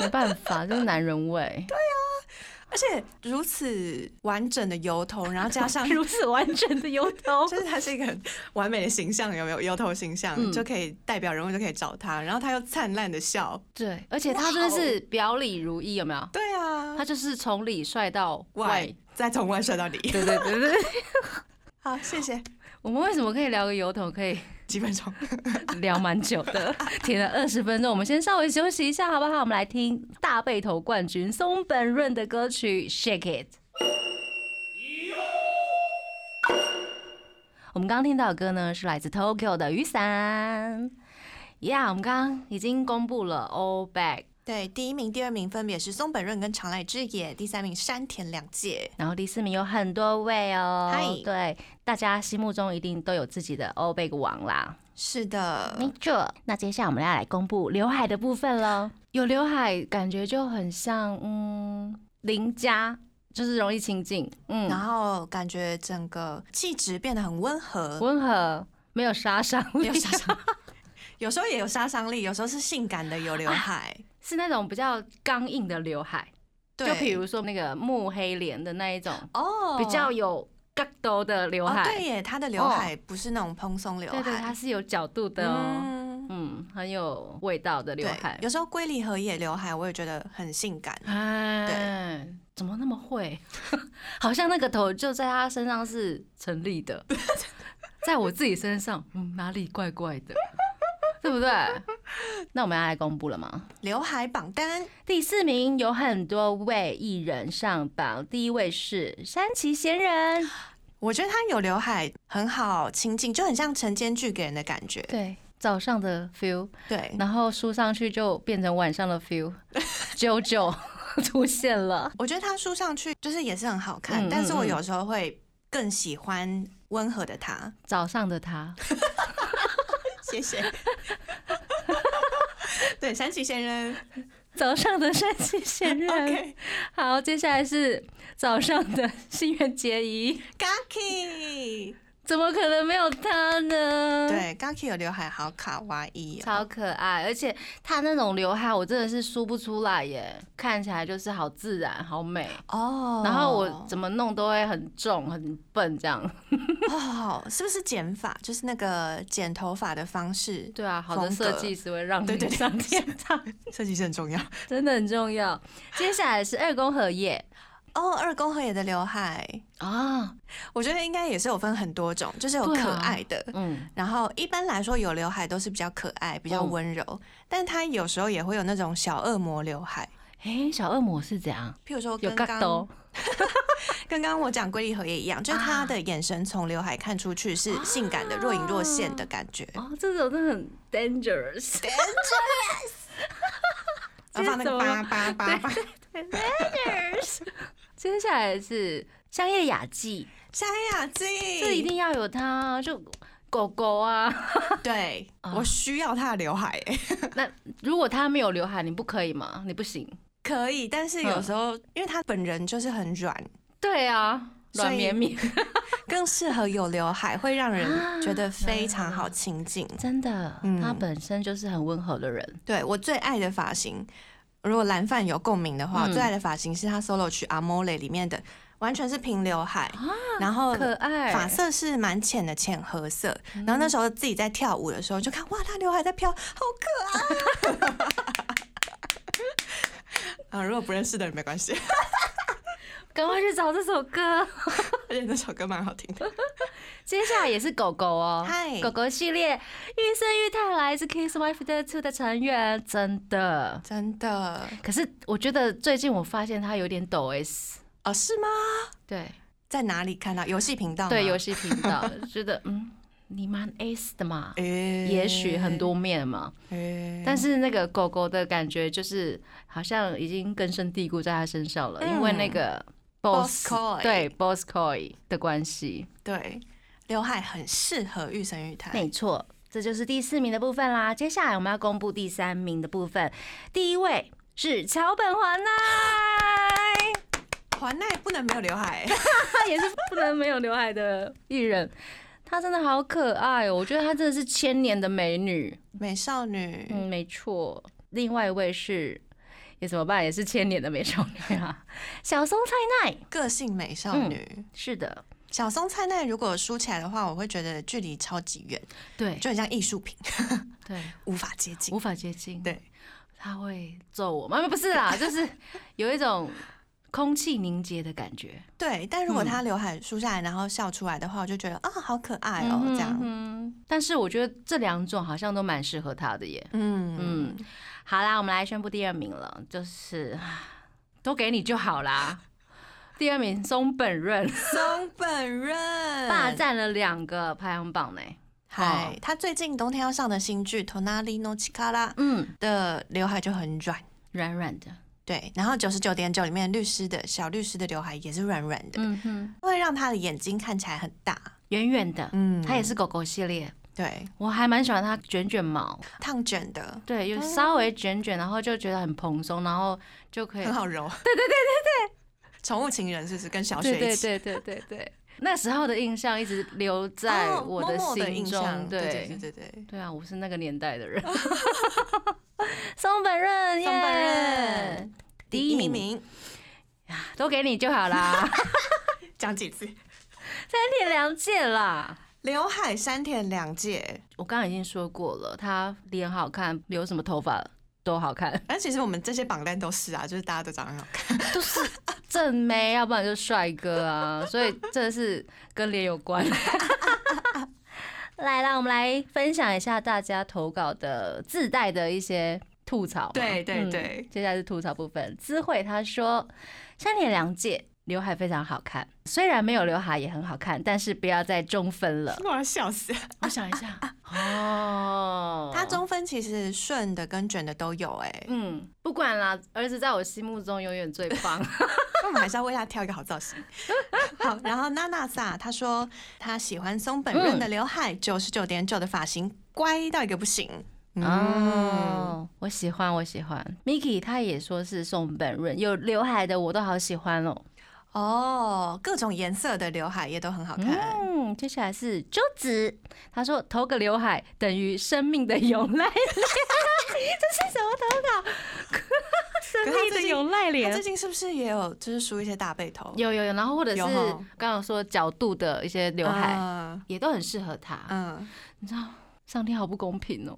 Speaker 3: 没办法，就是男人味，
Speaker 2: 而且如此完整的油头，然后加上
Speaker 3: (laughs) 如此完整的油头
Speaker 2: 就。是他是一个很完美的形象，有没有油头形象、
Speaker 3: 嗯
Speaker 2: 就可以代表人物，就可以找他，然后他又灿烂的笑，
Speaker 3: (laughs) 对，而且他真的是表里如一，有没有？
Speaker 2: 对啊
Speaker 3: 他，就是从里帅到哦外
Speaker 2: 外。再从外帅到里，
Speaker 3: 对对对对，对
Speaker 2: 好，谢谢，
Speaker 3: (laughs) 我们为什么可以聊个油头，可以
Speaker 2: 几分钟，
Speaker 3: 聊蛮久的， (laughs) 停了二十分钟，我们先稍微休息一下，好不好？我们来听大背头冠军松本润的歌曲《Shake It》。我们刚刚听到的歌呢，是来自 Tokyo 的雨伞。Yeah，我们刚刚已经公布了 All Back，
Speaker 2: (laughs) 对，第一名、第二名分别是松本润跟长濑智也，第三名山田凉介。
Speaker 3: 然后第四名有很多位哦。
Speaker 2: 嗨
Speaker 3: 对，大家心目中一定都有自己的 All Back 王啦。
Speaker 2: 是的
Speaker 3: 没，错，那接下来我们要来公布刘海的部分喽。有刘海，感觉就很像嗯邻家，就是容易亲近，嗯，
Speaker 2: 然后感觉整个气质变得很温和，
Speaker 3: 温和，没有杀伤
Speaker 2: 没
Speaker 3: 力
Speaker 2: 有，杀伤，有时候也有杀伤力，有时候是性感的有刘海。
Speaker 3: (laughs) 是那种比较刚硬的刘海，
Speaker 2: 对，
Speaker 3: 就比如说那个木黑莲的那一种，
Speaker 2: 哦，
Speaker 3: 比较有角度的刘
Speaker 2: 哦，
Speaker 3: 海哦
Speaker 2: 对，耶，他的刘海不是那种蓬松刘海，
Speaker 3: 对对，它是有角度的哦，
Speaker 2: 嗯，
Speaker 3: 嗯，很有味道的刘
Speaker 2: 对
Speaker 3: 海，
Speaker 2: 有时候龟梨和也刘海，我也觉得很性感。
Speaker 3: 哎，怎么那么会？ (laughs) 好像那个头就在他身上是成立 (laughs) 的，在我自己身上，嗯，哪里怪怪的，对不对？那我们要来公布了吗？
Speaker 2: 刘海榜单，
Speaker 3: 第四名有很多位艺人上榜，第一位是山崎贤人，
Speaker 2: 我觉得他有刘海很好亲近，就很像晨间剧给人的感觉。
Speaker 3: 对，嗯早上的 feel，
Speaker 2: 对，
Speaker 3: 然后梳上去就变成晚上的 (laughs) feel，九九出现了。
Speaker 2: 我觉得他梳上去就是也是很好看，
Speaker 3: 嗯
Speaker 2: 但是我
Speaker 3: 嗯嗯
Speaker 2: 有时候会更喜欢温和的他。
Speaker 3: (laughs) 早上的他，
Speaker 2: 谢谢。 (laughs) 对，山崎先人
Speaker 3: 早上的山崎贤 (laughs) 人
Speaker 2: ，OK，Gaki。
Speaker 3: 好，接下来是早上 (laughs) 的新垣结衣，
Speaker 2: Gaki
Speaker 3: 怎么可能没有她呢？，
Speaker 2: 对，Gaki 有刘海，好卡哇伊哦。
Speaker 3: 超可爱，而且她那种刘海我真的是梳不出来耶，看起来就是好自然，好美。
Speaker 2: 哦，
Speaker 3: 然后我怎么弄都会很重很笨这样，
Speaker 2: 哦，是不是剪发？就是那个剪头发的方式，
Speaker 3: 对啊，好的
Speaker 2: 风格
Speaker 3: 设计师会让
Speaker 2: 对
Speaker 3: 你
Speaker 2: 对对
Speaker 3: 上天堂，
Speaker 2: 设计是很重要。
Speaker 3: 真的很重 (laughs) 要。接下来是二宫和也
Speaker 2: 哦，二宫和也的刘海，
Speaker 3: 啊，
Speaker 2: 我觉得应该也是有分很多种，就是有
Speaker 3: 对啊
Speaker 2: 可爱的。
Speaker 3: 嗯，
Speaker 2: 然后一般来说，有刘海都是比较可爱、比较
Speaker 3: 嗯
Speaker 2: 温柔，但它有时候也会有那种小恶魔刘海，
Speaker 3: 诶，小恶魔是怎样？
Speaker 2: 譬如说
Speaker 3: 有
Speaker 2: 跟
Speaker 3: 嘎
Speaker 2: 刚
Speaker 3: 兜
Speaker 2: 跟刚我讲龟梨和也一样，就是他的眼神从刘海看出去是性感的、若隐若现的感觉。
Speaker 3: 哦，这种真的很 dangerous。
Speaker 2: 然呃后放那个叭叭叭叭，
Speaker 3: (laughs) 接下来是香叶雅纪，
Speaker 2: 夏雅静，
Speaker 3: 这一定要有它啊，就狗狗啊。
Speaker 2: 对
Speaker 3: 啊
Speaker 2: 我需要他的刘海、欸
Speaker 3: 那如果它没有刘海，你不可以吗？你不行。
Speaker 2: 可以，但是有时候、因为他本人就是很软，
Speaker 3: 对啊，
Speaker 2: 所以
Speaker 3: 软绵绵，
Speaker 2: 更适合有刘海，会让人觉得非常好亲近。
Speaker 3: (laughs) 真的，
Speaker 2: 嗯
Speaker 3: 他本身就是很温和的人。
Speaker 2: 对我最爱的发型，如果蓝饭有共鸣的话，
Speaker 3: 嗯
Speaker 2: 最爱的发型是他 solo 曲《Amore》里面的，完全是平刘海，然后
Speaker 3: 啊可爱，欸嗯
Speaker 2: 发色是蛮浅的浅褐色。然后那时候自己在跳舞的时候，就看哇，他刘海在飘，好可
Speaker 3: (laughs)
Speaker 2: 爱。 (laughs) 啊，如果不认识的人没关系，
Speaker 3: 赶快去找这首歌。 (laughs)
Speaker 2: 而且那首歌蛮好听的。
Speaker 3: 接下来也是狗狗哦，
Speaker 2: 嗨
Speaker 3: 狗狗系列玉生玉泰来自 Kiss My f i t Two 的成员，真的。
Speaker 2: 真的
Speaker 3: 可是我觉得最近我发现他有点抖 S，
Speaker 2: 哦？是吗？
Speaker 3: 对
Speaker 2: 在哪里看到？游戏频道吗？
Speaker 3: 对，游戏频道觉得嗯，你蛮 S 的嘛，
Speaker 2: 诶，
Speaker 3: 也许很多面嘛。
Speaker 2: 诶，
Speaker 3: 但是那个狗狗的感觉就是好像已经根深蒂固在它身上了，
Speaker 2: 嗯
Speaker 3: 因为那个
Speaker 2: Boss
Speaker 3: boss
Speaker 2: Koi
Speaker 3: 对 boss coy 的关系，
Speaker 2: 对，刘海很适合玉神玉台。
Speaker 3: 没错，这就是第四名的部分啦。接下来我们要公布第三名的部分，第一位是桥本环奈，
Speaker 2: 环奈不能没有刘海， (laughs)
Speaker 3: 她也是不能没有刘海的艺人。她真的好可爱哦，我觉得她真的是千年的美女。
Speaker 2: 美少女。
Speaker 3: 嗯，没错。另外一位是也怎么办？也是千年的美少女啊，小松菜奈。
Speaker 2: 个性美少女、
Speaker 3: 是的，
Speaker 2: 小松菜奈，如果梳起来的话，我会觉得距离超级远，
Speaker 3: 对
Speaker 2: 就很像艺术品，
Speaker 3: 对，
Speaker 2: 无法接近
Speaker 3: 无。法接近。
Speaker 2: 对，
Speaker 3: 他会揍我吗？不是啦，就是有一种空气凝结的感觉。
Speaker 2: 对，但如果
Speaker 3: 嗯
Speaker 2: 她刘海梳下来，然后笑出来的话，我就觉得啊、好可
Speaker 3: 哎
Speaker 2: 爱哦、这样。
Speaker 3: 嗯，但是我觉得这两种好像都蛮适合他的耶。
Speaker 2: 嗯
Speaker 3: 嗯，好啦，我们来宣布第二名了，就是都给你就好啦。第二名松本润
Speaker 2: 松本润
Speaker 3: 霸占了两个排行榜呢。
Speaker 2: 嗨，他最近冬天要上的新剧《Tonali no Chikara》
Speaker 3: 嗯，
Speaker 2: 的刘海就很软，
Speaker 3: 软软的，
Speaker 2: 对，然后九十九点九里面律师的小律师的刘海也是软软的，
Speaker 3: 嗯哼，
Speaker 2: 会让他的眼睛看起来很大。
Speaker 3: 圆圆的。
Speaker 2: 嗯
Speaker 3: 它也是狗狗系列，
Speaker 2: 对
Speaker 3: 我还蛮喜欢它卷卷毛。
Speaker 2: 烫卷的，
Speaker 3: 对，有稍微卷卷，然后就觉得很蓬松，然后就可以
Speaker 2: 很。好揉。 (laughs) 对对对对对，宠物情人是不是跟小
Speaker 3: 对
Speaker 2: 雪
Speaker 3: 对
Speaker 2: 一起？
Speaker 3: 对对对对，那时候的印象一直留在
Speaker 2: 哦
Speaker 3: 我
Speaker 2: 默默的
Speaker 3: 心
Speaker 2: 印象，
Speaker 3: 中。
Speaker 2: 对对
Speaker 3: 对
Speaker 2: 对对对。
Speaker 3: 对啊，我是那个年代的
Speaker 2: (laughs)
Speaker 3: 人。松本润，
Speaker 2: 松本润
Speaker 3: 耶第一名，
Speaker 2: 名，
Speaker 3: 都给你就好
Speaker 2: (laughs)
Speaker 3: 啦，
Speaker 2: 讲几次？
Speaker 3: 三天两见啦。
Speaker 2: 刘海山田凉介，
Speaker 3: 我刚刚已经说过了，他脸好看，留什么头发都好看。
Speaker 2: 但其实我们这些榜单都是啊，就是大家都长得很好看。
Speaker 3: 都是正妹， (laughs) 要不然就帅哥啊，所以真的是跟脸有关。 (laughs) 来啦，我们来分享一下大家投稿的自带的一些吐槽嘛。
Speaker 2: 对对
Speaker 3: 嗯
Speaker 2: 对。
Speaker 3: 接下来是吐槽部分。知慧她说，山田凉介刘海非常好看，虽然没有刘海也很好看，但是不要再中分了
Speaker 2: (laughs) 我要笑死！
Speaker 3: (laughs) 我想一 (laughs) 下，哦，
Speaker 2: (laughs) 它中分其实顺的跟卷的都有哎、 (laughs)
Speaker 3: 嗯，不管啦，儿子在我心目中永远最棒。
Speaker 2: 那我们还是要为他挑一个好造型。 (laughs) 好，然后娜娜萨她说她喜欢松本润
Speaker 3: 嗯
Speaker 2: 的刘海，九十九点九的发型，乖到一个不行。嗯，
Speaker 3: 哦，我喜欢，我喜欢。Miki 他也说是宋本润，有刘海的我都好喜欢哦。
Speaker 2: 哦，各种颜色的刘海也都很好看。
Speaker 3: 嗯，接下来是周子，他说投个刘海等于生命的永濑脸，这是什么投稿？ (laughs) 生命的永濑
Speaker 2: 她最
Speaker 3: 脸。
Speaker 2: 近是不是也有就是梳一些大背头？
Speaker 3: 有有有，然后或者是
Speaker 2: 有哦
Speaker 3: 刚刚说角度的一些刘海，
Speaker 2: 嗯
Speaker 3: 也都很适合他。
Speaker 2: 嗯，
Speaker 3: 你知道，上天好不公平哦。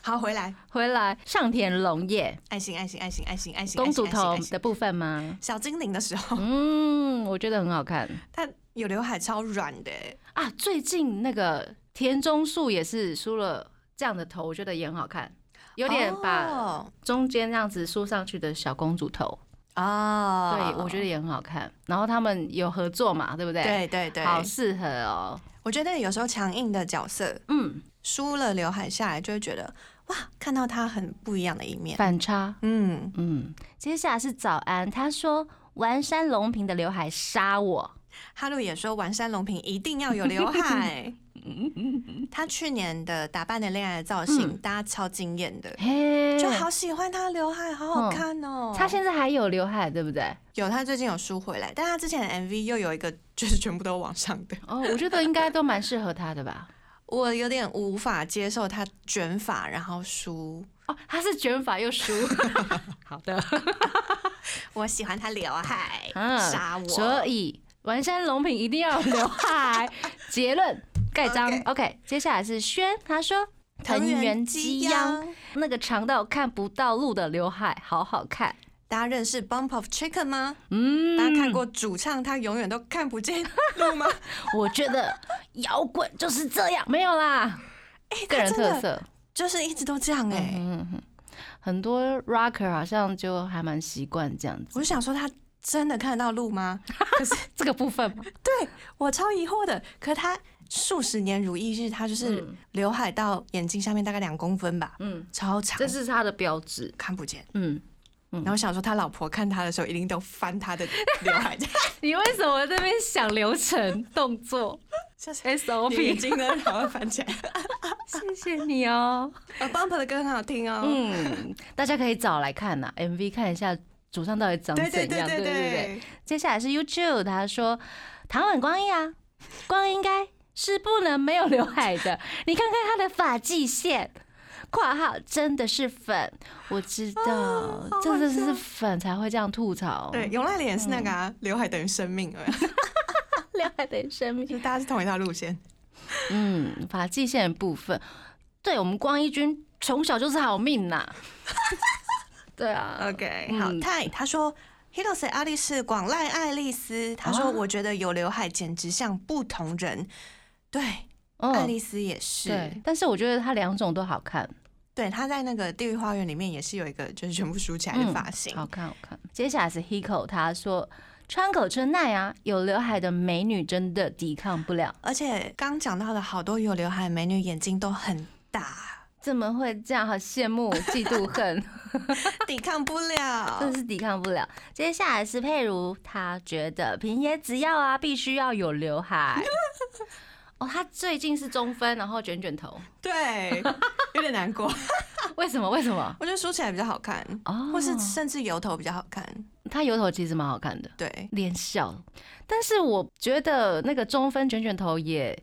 Speaker 2: 好，回来，
Speaker 3: 回来，上田龙叶
Speaker 2: 爱心，爱心，爱心，爱心，爱心，
Speaker 3: 公主
Speaker 2: 爱心
Speaker 3: 头
Speaker 2: 爱心爱心
Speaker 3: 的部分吗？
Speaker 2: 小精灵的时候，
Speaker 3: 嗯，我觉得很好看。
Speaker 2: 她有刘海超软的欸，
Speaker 3: 啊，最近那个田中树也是梳了这样的头，我觉得也很好看，有点把
Speaker 2: 哦
Speaker 3: 中间这样子梳上去的小公主头，
Speaker 2: 哦，
Speaker 3: 对我觉得也很好看。然后他们有合作嘛，对不对？
Speaker 2: 对对对，
Speaker 3: 好适合哦。
Speaker 2: 我觉得有时候强硬的角色
Speaker 3: 嗯，
Speaker 2: 梳了刘海下来，就会觉得哇，看到他很不一样的一面。
Speaker 3: 反差。
Speaker 2: 嗯，
Speaker 3: 嗯，接下来是早安，他说丸山隆平的刘海杀我， (laughs)
Speaker 2: 哈鲁也说完山隆平一定要有刘海，她去年的打扮的恋爱的造型，
Speaker 3: 嗯
Speaker 2: 大家超惊艳的，
Speaker 3: 嘿，
Speaker 2: 就好喜欢她刘海，好好看哦、
Speaker 3: 嗯他现在还有刘海，对不对？
Speaker 2: 有她最近有梳回来，但她之前的 MV 又有一个就是 (laughs) 全部都往上的，
Speaker 3: 哦，我觉得应该都蛮适合他的吧。
Speaker 2: 我有点无法接受她卷发然后梳，
Speaker 3: 哦，他是卷发又梳，好的，
Speaker 2: 我喜欢她刘海，
Speaker 3: 嗯
Speaker 2: 杀我，
Speaker 3: 所以丸山龙品一定要有刘海。结 (laughs) 论盖章
Speaker 2: OK
Speaker 3: ，OK。接下来是轩，他说藤
Speaker 2: 藤
Speaker 3: 原
Speaker 2: 原
Speaker 3: 基
Speaker 2: 基
Speaker 3: 央
Speaker 2: 央。
Speaker 3: 那个长到看不到路的刘海，好好看。
Speaker 2: 大家认识 Bump of Chicken 吗？
Speaker 3: 嗯，
Speaker 2: 大家看过主唱他永远都看不见
Speaker 3: (laughs)
Speaker 2: 路吗？
Speaker 3: 我觉得摇滚就是这样，没有啦，个人特色。
Speaker 2: 就是一直都这样哎、
Speaker 3: 嗯，嗯很多 rocker 好像就还蛮习惯这样子，
Speaker 2: 我就想说他真的看得到路吗？可是
Speaker 3: 这个部分嘛。
Speaker 2: 对我超疑惑的。可是他数十年如一日，他就是刘海到眼睛下面大概两公分吧，
Speaker 3: 嗯，
Speaker 2: 超
Speaker 3: (laughs)
Speaker 2: 长，
Speaker 3: 这是他的标志。
Speaker 2: 看不见。
Speaker 3: 嗯，
Speaker 2: 然后想说他老婆看他的时候，一定都翻他的刘
Speaker 3: (laughs)
Speaker 2: 海，
Speaker 3: 你为什么这边想流程动 (laughs) 作
Speaker 2: 眼
Speaker 3: SOP？
Speaker 2: 睛呢，然后翻起
Speaker 3: (laughs)
Speaker 2: 来。
Speaker 3: 谢谢你哦。
Speaker 2: 呃，Bump 的歌很好听哦。
Speaker 3: 嗯，大家可以找来看呐、m v 看一下主唱到底长怎
Speaker 2: 对
Speaker 3: 样。
Speaker 2: 对对
Speaker 3: 对
Speaker 2: 对
Speaker 3: 对。
Speaker 2: 对，
Speaker 3: 接下来是 YouTube，他说唐婉光一啊，光应该是不能没有刘海的。 (laughs) 你看看他的发际线，括号真的是粉，我知道，
Speaker 2: 啊好
Speaker 3: 真的是
Speaker 2: 好笑
Speaker 3: 粉才会这样吐槽。 (laughs)
Speaker 2: 对，，永濑廉是那个
Speaker 3: 哦
Speaker 2: 啊，刘海等于生命，有没有
Speaker 3: 刘海等于生命。
Speaker 2: 就大家是同一条路线。
Speaker 3: 嗯，发际线的部分，对我们光一军从小就是好命
Speaker 2: (laughs)
Speaker 3: 呐、对啊，
Speaker 2: OK，
Speaker 3: 嗯
Speaker 2: 好，泰他说。Hirose 爱丽丝广濑爱丽丝，他说：“
Speaker 3: 啊
Speaker 2: 我觉得有刘海简直像不同人。”对，爱
Speaker 3: 嗯，
Speaker 2: 丽丝也是。
Speaker 3: 对，但是我觉得他两种都好看，
Speaker 2: 对，她在那个《地狱花园》里面也是有一个 (laughs) 就是全部梳起来的发型。
Speaker 3: 嗯好看好看。接下来是 Hiko，他说川口春奈啊，有刘海的美女真的抵抗不了，
Speaker 2: 而且刚讲到的好多有刘海的美女眼睛都很
Speaker 3: (laughs)
Speaker 2: 大，
Speaker 3: 怎么会这样？好羡慕、嫉妒、 (laughs) 恨，
Speaker 2: 抵抗不了
Speaker 3: 真。是抵抗不了。接下来是佩如，他觉得平野只要啊，必须要有刘 (laughs) 海。哦，他最近是中分，然后卷卷头，
Speaker 2: 对，有点难过。 (laughs)
Speaker 3: 为什么？为什么？
Speaker 2: 我觉得梳起来比较好看，
Speaker 3: 哦，
Speaker 2: 或是甚至油头比较好看。
Speaker 3: 他油头其实蛮好看的，
Speaker 2: 对，
Speaker 3: 脸小，但是我觉得那个中分卷卷头也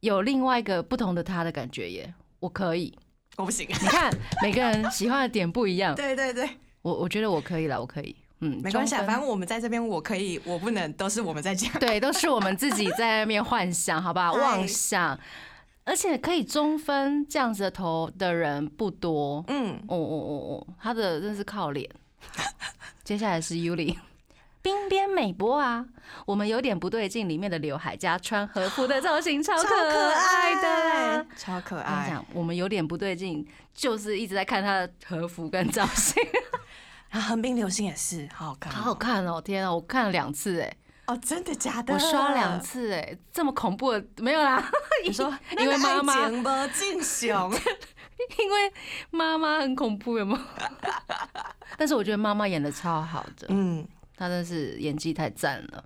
Speaker 3: 有另外一个不同的他的感觉耶，我可以。
Speaker 2: 我不行。
Speaker 3: 你看每个人喜欢的点不一样，
Speaker 2: 对对对，
Speaker 3: 我我觉得我可以了，我可以，嗯，
Speaker 2: 没关系，啊，
Speaker 3: 中分
Speaker 2: 反正我们在这边，我可以，我不能，都是我们在讲。
Speaker 3: 对，都是我们自己在那边幻想，好不好？
Speaker 2: 哎
Speaker 3: 妄想，而且可以中分这样子的头的人不多，
Speaker 2: 嗯，
Speaker 3: 哦哦哦哦，他的真是靠脸。 (laughs) 接下来是 Yuli，冰边美波啊，我们有点不对劲，里面的刘海加穿和服的造型超
Speaker 2: 超哎
Speaker 3: 可爱的。，
Speaker 2: 超可
Speaker 3: 我跟你
Speaker 2: 爱。
Speaker 3: 讲，我们有点不对劲，就是一直在看他的和服跟造
Speaker 2: (laughs)
Speaker 3: 型，
Speaker 2: 然后横滨流星也是，好好看，
Speaker 3: 好好看哦！天啊，我看了两次哎，
Speaker 2: 哦，真的假的？
Speaker 3: 我刷两。次哎，这么恐怖的没有啦？，
Speaker 2: (laughs) 你说
Speaker 3: (laughs) 因为妈妈
Speaker 2: 不
Speaker 3: (laughs)
Speaker 2: 进雄，
Speaker 3: 因为妈妈很恐怖，有没有？ (laughs) 但是我觉得妈妈演的超好的，
Speaker 2: 嗯，
Speaker 3: 他真是演技太赞了。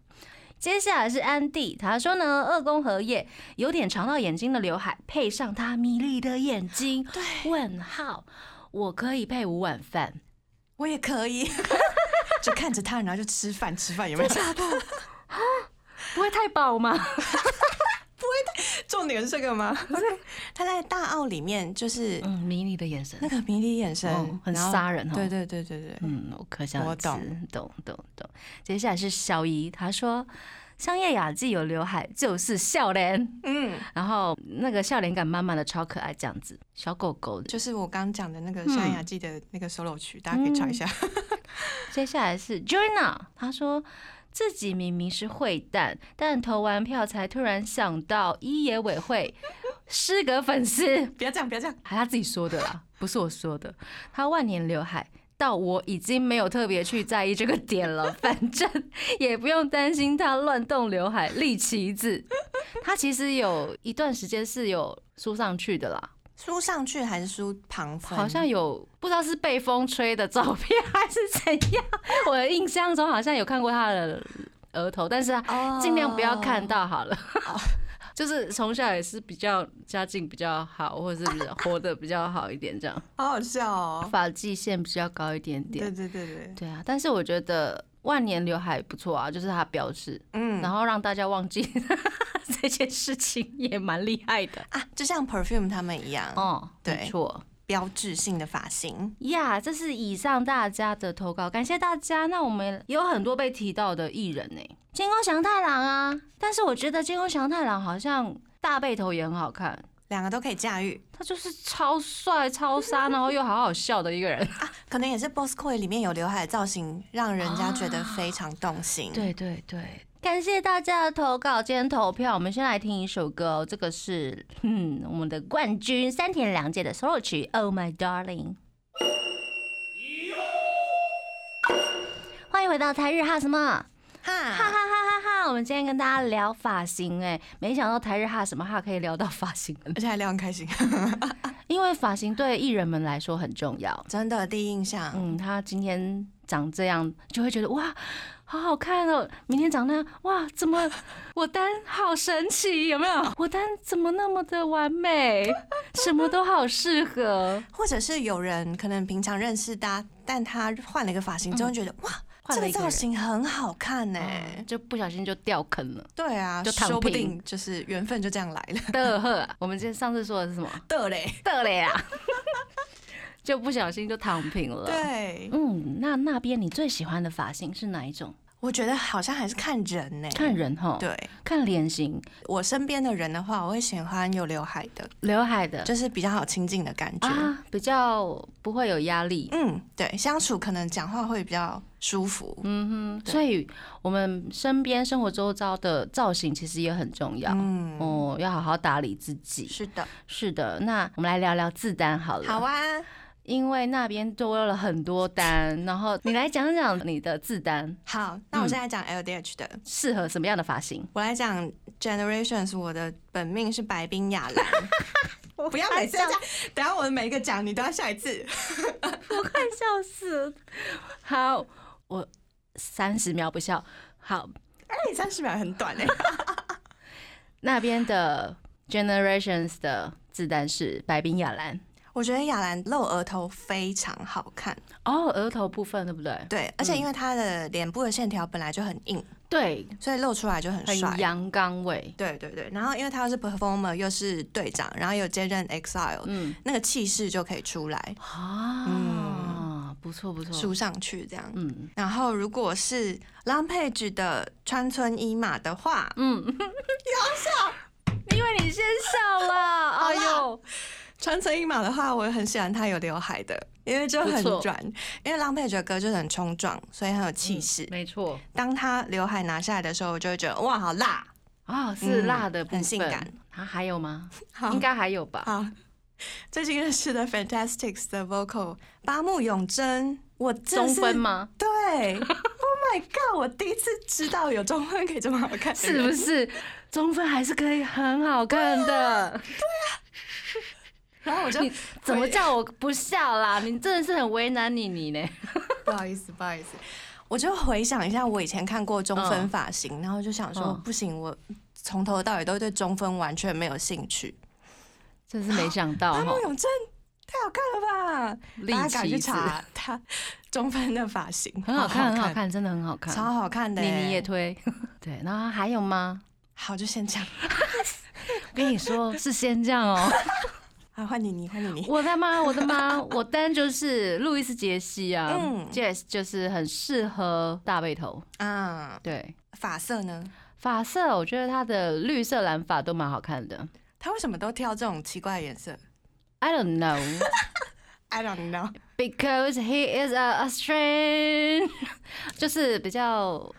Speaker 3: 接下来是安迪，他说呢，二宫和也有点长到眼睛的刘海，配上他迷离的眼睛，对，问号，我可以配五碗饭，
Speaker 2: 我也可以，
Speaker 3: (laughs)
Speaker 2: 就看着他，然后就吃饭，吃饭有没有？
Speaker 3: 不会太饱吗？
Speaker 2: 重点是这个吗？他在大澳里面就是
Speaker 3: 嗯，迷离的眼神
Speaker 2: 那，个迷离眼神
Speaker 3: 哦，很
Speaker 2: 然后
Speaker 3: 杀人哦
Speaker 2: 对对对对对，
Speaker 3: 嗯，我可想而
Speaker 2: 我
Speaker 3: 知
Speaker 2: 懂，
Speaker 3: 懂懂懂。接下来是小姨，她说。香叶雅纪有刘海就是笑脸，
Speaker 2: 嗯，
Speaker 3: 然后那个笑脸感满满的超可爱，这样子小狗狗的。
Speaker 2: 就是我刚讲的那
Speaker 3: 嗯
Speaker 2: 个山雅纪的那个 solo 曲，大家可以唱一下。
Speaker 3: 接下来是 Joanna，她说自己明明是会蛋，但投完票才突然想到一野委会失格粉丝，
Speaker 2: (laughs) 不要这样，不要这样，
Speaker 3: 还她自己说的啦，不是我说的。她万年刘海到我已经没有特别去在意这个点了，反正也不用担心她乱动刘海立旗子。她其实有一段时间是有梳上去的啦，
Speaker 2: 梳上去还是梳旁分？
Speaker 3: 好像有不知道是被风吹的照片还是怎 (laughs) 样，我的印象中好像有看过他的额头，但是
Speaker 2: 哦
Speaker 3: 尽量不要看到好了。 (laughs) 就是从小也是比较家境比较好，或者是比较活得比较好一点，这样
Speaker 2: 好好笑哦。
Speaker 3: 发际线比较高一点
Speaker 2: 对
Speaker 3: 点。
Speaker 2: 对对对，
Speaker 3: 对啊，但是我觉得万年刘海不错啊，就是它标志，
Speaker 2: 嗯
Speaker 3: 然后让大家忘记 (laughs) 这件事情也蛮厉害的。
Speaker 2: 啊，就像 perfume 他们一样，
Speaker 3: 哦，
Speaker 2: 对
Speaker 3: 没错。
Speaker 2: 标志性的发型。
Speaker 3: 呀这是以上大家的投稿，感谢大家。那我们也有很多被提到的艺人呢、金宫祥太郎啊。但是我觉得金宫祥太郎好像大背头也很好看，
Speaker 2: 两个都可以驾驭，
Speaker 3: 他就是超帅、超杀，然后又好好笑的一个人。
Speaker 2: 可能也是 Boss Coy 里面有刘海的造型，让人家觉得非常动心。，
Speaker 3: (laughs) 对对对，感谢大家的投稿，今天投票，我们先来听一首歌、哦，这个是嗯我们的冠军三田凉介的 solo 曲《Oh My Darling》。欢迎回到台日哈什么？哈哈哈
Speaker 2: 哈，
Speaker 3: 哈哈！我们今天跟大家聊发型，哎，没想到台日哈什么哈可以聊到发型，
Speaker 2: 而且还聊很开心，
Speaker 3: 因为发型对艺人们来说很重要。
Speaker 2: (laughs) 真的第一印象，
Speaker 3: 嗯，他今天长这样，就会觉得哇，好好看哦。明天长那样，哇，怎么我丹好神奇，有没有？我丹怎么那么的完美，什么都好适合。
Speaker 2: 或者是有人可能平常认识他，但他换了一个发型，就会觉得、哇，
Speaker 3: 嗯换了
Speaker 2: 这个
Speaker 3: 一个
Speaker 2: 造
Speaker 3: 人
Speaker 2: 型欸很好看呢、
Speaker 3: 嗯就不小心就掉坑了。
Speaker 2: 对啊，
Speaker 3: 就躺
Speaker 2: 说不
Speaker 3: 平
Speaker 2: 定就是缘分就这样来
Speaker 3: (laughs)
Speaker 2: 了。
Speaker 3: 的呵，我们今天上次说的是什
Speaker 2: (laughs)
Speaker 3: 么？
Speaker 2: 对嘞，
Speaker 3: 的嘞啊， (laughs) 就不小心就躺平了。
Speaker 2: 对，
Speaker 3: 嗯，那那边你最喜欢的发型是哪一种？
Speaker 2: 我觉得好像还是看人呢、
Speaker 3: 看。人哈，
Speaker 2: 对
Speaker 3: 看脸型、
Speaker 2: 我身边的人的话，我会喜欢有刘海的，
Speaker 3: 刘海的
Speaker 2: 就是比较好亲近的感觉。
Speaker 3: 啊，比较不会有压力。
Speaker 2: 嗯，对，相处可能讲话会比较舒服。
Speaker 3: 嗯哼，所以我们身边生活周遭的造型其实也很重要。
Speaker 2: 嗯，
Speaker 3: 哦，要好好打理自己。
Speaker 2: 是的，
Speaker 3: 是的，那我们来聊聊自单好了。
Speaker 2: 好，啊，
Speaker 3: 因为那边多了很多单，然后你来讲讲你的自单
Speaker 2: 好，那我现在讲 LDH 的，
Speaker 3: 适合什么样的发型。
Speaker 2: 我来讲 Generations，我的本命是白冰雅 (laughs) 兰。不要每次都这样，等下我每一个讲，你都要下一次。
Speaker 3: 快笑死了！好，我三十秒不笑。好，
Speaker 2: 哎，三十秒很短哎、
Speaker 3: 那边的 Generations 的自单是白冰雅兰。
Speaker 2: (laughs) 我觉得雅兰露额头非常好看，
Speaker 3: 哦，额头部分对不对？
Speaker 2: 对，而且因为她的脸部的线条本来就很硬，
Speaker 3: 对，
Speaker 2: 所以露出来就很帅
Speaker 3: 很。阳刚味。
Speaker 2: 对对对，然后因为她又是 performer 又是队长，然后又兼任 exile，、
Speaker 3: 嗯，
Speaker 2: 那个气势就可以出来，
Speaker 3: 啊，不错不错。
Speaker 2: 梳上去这样。
Speaker 3: 嗯
Speaker 2: 然后如果是 Long Page 的川村一马的话，
Speaker 3: 嗯，有笑，因为你先笑 (laughs) 了。哎呦，
Speaker 2: 川村一马的话，我很喜欢他有刘海的，因为就很
Speaker 3: 不错嗯
Speaker 2: 转。因为浪佩觉得歌就是很冲撞，所以很有气势。
Speaker 3: 没错
Speaker 2: 当他刘海拿下来的时候，我就会觉得哇，好辣！
Speaker 3: 啊，是
Speaker 2: 嗯
Speaker 3: 辣的部分。
Speaker 2: 很性感。
Speaker 3: 啊，还有吗？
Speaker 2: 好
Speaker 3: 应该还有吧。
Speaker 2: 好。最近认识的 Fantastics 的 vocal 八木永真，我真
Speaker 3: 中
Speaker 2: 的是
Speaker 3: 分吗？
Speaker 2: 对，Oh my god！我第一次知道有中分可以这么好看的
Speaker 3: 是
Speaker 2: 人，
Speaker 3: 不是中分还是可以很好看 (laughs) 的？
Speaker 2: 然后我就
Speaker 3: 你怎么叫我不笑啦？你真的是很为难你你呢。
Speaker 2: 不好意思，不好意思，我就回想一下我以前看过中分发型，然后就想说、
Speaker 3: 嗯
Speaker 2: 不行，我从头到尾都对中分完全没有兴趣。
Speaker 3: 嗯真是没想到
Speaker 2: 阿
Speaker 3: 哈
Speaker 2: 木，永真太好看了吧！
Speaker 3: 立
Speaker 2: 大家赶
Speaker 3: 奇
Speaker 2: 去
Speaker 3: 子 (laughs)
Speaker 2: 查他中分的发型，
Speaker 3: 很好看，很好，看，真的很好看。
Speaker 2: 超好看的
Speaker 3: 妮
Speaker 2: 欸。
Speaker 3: 妮也
Speaker 2: (laughs)
Speaker 3: 推，对，然后还有吗？
Speaker 2: 好，就先讲。
Speaker 3: 我跟你说，是先这样
Speaker 2: (laughs)
Speaker 3: 哦。
Speaker 2: 啊，换妮妮，换妮妮。
Speaker 3: 我的妈，我的妈，我单就是路易斯杰西啊、
Speaker 2: 嗯
Speaker 3: j e s s 就是很适合大背头，
Speaker 2: 啊，
Speaker 3: 对。
Speaker 2: 发色呢？
Speaker 3: 发色，我觉得它的绿色、蓝发都蛮好看的。
Speaker 2: 他为什么都挑这种奇怪的颜色
Speaker 3: I don't
Speaker 2: (laughs)
Speaker 3: know，
Speaker 2: ？I don't
Speaker 3: 啊
Speaker 2: know。
Speaker 3: Because he is a Australian，就是比较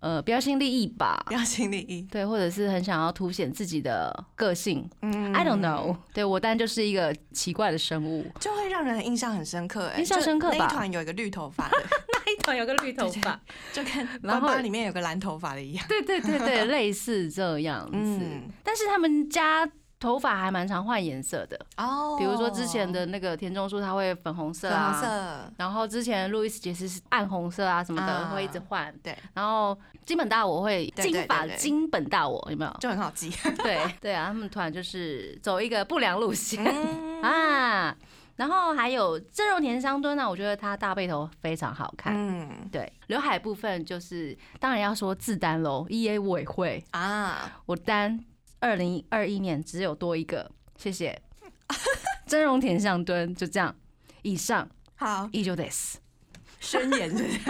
Speaker 3: 呃标新立异吧，
Speaker 2: 标新立异。
Speaker 3: 对，或者是很想要凸显自己的个性。
Speaker 2: 嗯
Speaker 3: I don't know，对我当就是一个奇怪的生物。
Speaker 2: 就会让人印象很深刻、欸。
Speaker 3: 印象
Speaker 2: 就
Speaker 3: 深刻
Speaker 2: 那
Speaker 3: 吧
Speaker 2: 一团有一个绿头发
Speaker 3: (laughs)
Speaker 2: 的，
Speaker 3: 那一团有个绿头
Speaker 2: 发，就跟
Speaker 3: 然
Speaker 2: 然
Speaker 3: 后
Speaker 2: 后里面有个蓝头发的一样。
Speaker 3: 对对对对，类似这样子
Speaker 2: 嗯。
Speaker 3: 但是他们家头发还蛮常换颜色的，
Speaker 2: 哦
Speaker 3: 比如说之前的那个田中树，它会粉红色
Speaker 2: 粉
Speaker 3: 啊，
Speaker 2: 红色，
Speaker 3: 然后之前路易斯杰斯是暗红色啊什么的，
Speaker 2: 啊
Speaker 3: 会一直换。
Speaker 2: 对，
Speaker 3: 然后金本大我会
Speaker 2: 对对
Speaker 3: 金发
Speaker 2: 对对
Speaker 3: 金本大我有没有？ (laughs)
Speaker 2: 就很好记。
Speaker 3: 对对啊，他们突然就是走一个不良路线、
Speaker 2: (laughs) 嗯
Speaker 3: (laughs) 啊。然后还有真肉田香敦呢、我觉得他大背头非常好看。
Speaker 2: 嗯
Speaker 3: 对，刘海部分就是当然要说自单喽，E A 委会
Speaker 2: 啊，
Speaker 3: 我单二零二一年只有多一个，谢
Speaker 2: (laughs)
Speaker 3: 谢。真容田相敦就这样，以上 (laughs)
Speaker 2: 好，
Speaker 3: 依旧 this。
Speaker 2: 宣
Speaker 3: (laughs)
Speaker 2: 言是不是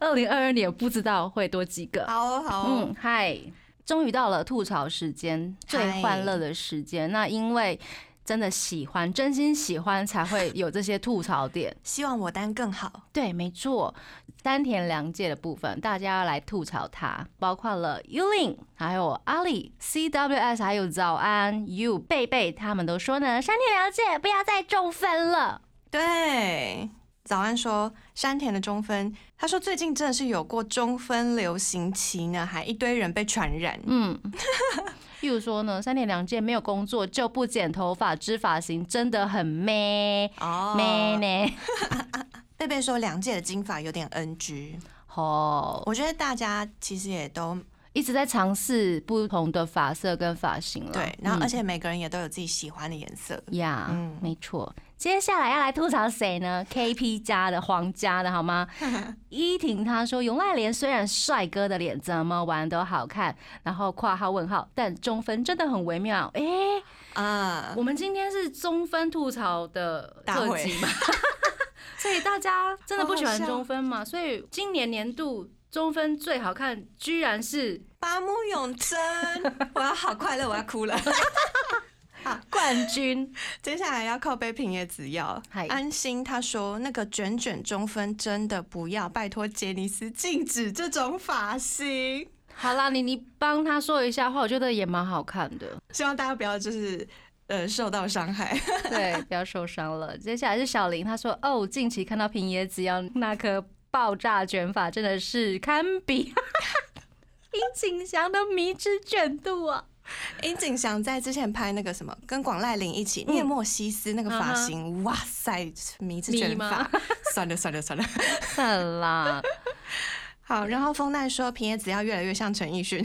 Speaker 3: 二零二二年不知道会多几个。
Speaker 2: 好哦好哦，
Speaker 3: 嗯，嗨，终于到了吐槽时间，最
Speaker 2: 嗨
Speaker 3: 欢乐的时间。那因为真的喜欢，真心喜欢才会有这些吐槽点。
Speaker 2: 希望我单更好。
Speaker 3: 对，没错，三田良介的部分，大家要来吐槽他，包括了 Yulin，还有阿里、CWS，还有早安 You 贝贝，他们都说呢，山田良介不要再中分了。
Speaker 2: 对，早安说山田的中分，他说最近真的是有过中分流行期呢，还一堆人被传染。
Speaker 3: 嗯， (laughs) 例如说呢，山田良介没有工作就不剪头发、织发型，真的很 man
Speaker 2: 哦
Speaker 3: man 呢。
Speaker 2: 贝贝说两届的金发有点 NG，
Speaker 3: 哦、
Speaker 2: 我觉得大家其实也都
Speaker 3: 一直在尝试不同的发色跟发型了。
Speaker 2: 对，然后
Speaker 3: 嗯
Speaker 2: 而且每个人也都有自己喜欢的颜色。
Speaker 3: 呀、
Speaker 2: 嗯
Speaker 3: 没错。接下来要来吐槽谁
Speaker 2: (laughs)
Speaker 3: 呢？KP 家的皇家的好吗？依婷她说，永濑廉虽然帅哥的脸怎么玩都好看，然后括号问号，但中分真的很微妙。哎、
Speaker 2: 啊、
Speaker 3: 我们今天是中分吐槽的
Speaker 2: 大
Speaker 3: 特
Speaker 2: 会
Speaker 3: 辑嘛， (laughs) 所以大家真的不喜欢
Speaker 2: 好好笑
Speaker 3: 中分嘛？所以今年年度中分最好看，居然是
Speaker 2: 八木
Speaker 3: (laughs)
Speaker 2: 永真，我要好快乐，我要哭了。 (laughs)
Speaker 3: 冠军。
Speaker 2: 接下来要靠背平野紫耀
Speaker 3: 嗨，
Speaker 2: 安心他说那个卷卷中分真的不要，拜托杰尼斯禁止这种发型。
Speaker 3: 好啦，你你帮他说一下话，我觉得也蛮好看的。
Speaker 2: 希望大家不要就是呃受到伤害。 (laughs)
Speaker 3: 对，不要受伤了。接下来是小林，他说：“哦，近期看到平野紫耀那颗爆炸卷发，真的是堪比 (laughs) 殷景祥的迷之卷度啊！
Speaker 2: 殷景祥在之前拍那个什么，跟广濑铃一起
Speaker 3: 嗯
Speaker 2: 《面莫西斯》那个发型，哇塞，迷之卷
Speaker 3: 迷吗
Speaker 2: 发。 (laughs) 算了算了算了。
Speaker 3: 算啦，
Speaker 2: 好，然后风奈说平野紫耀越来越像陈奕 (laughs) 迅。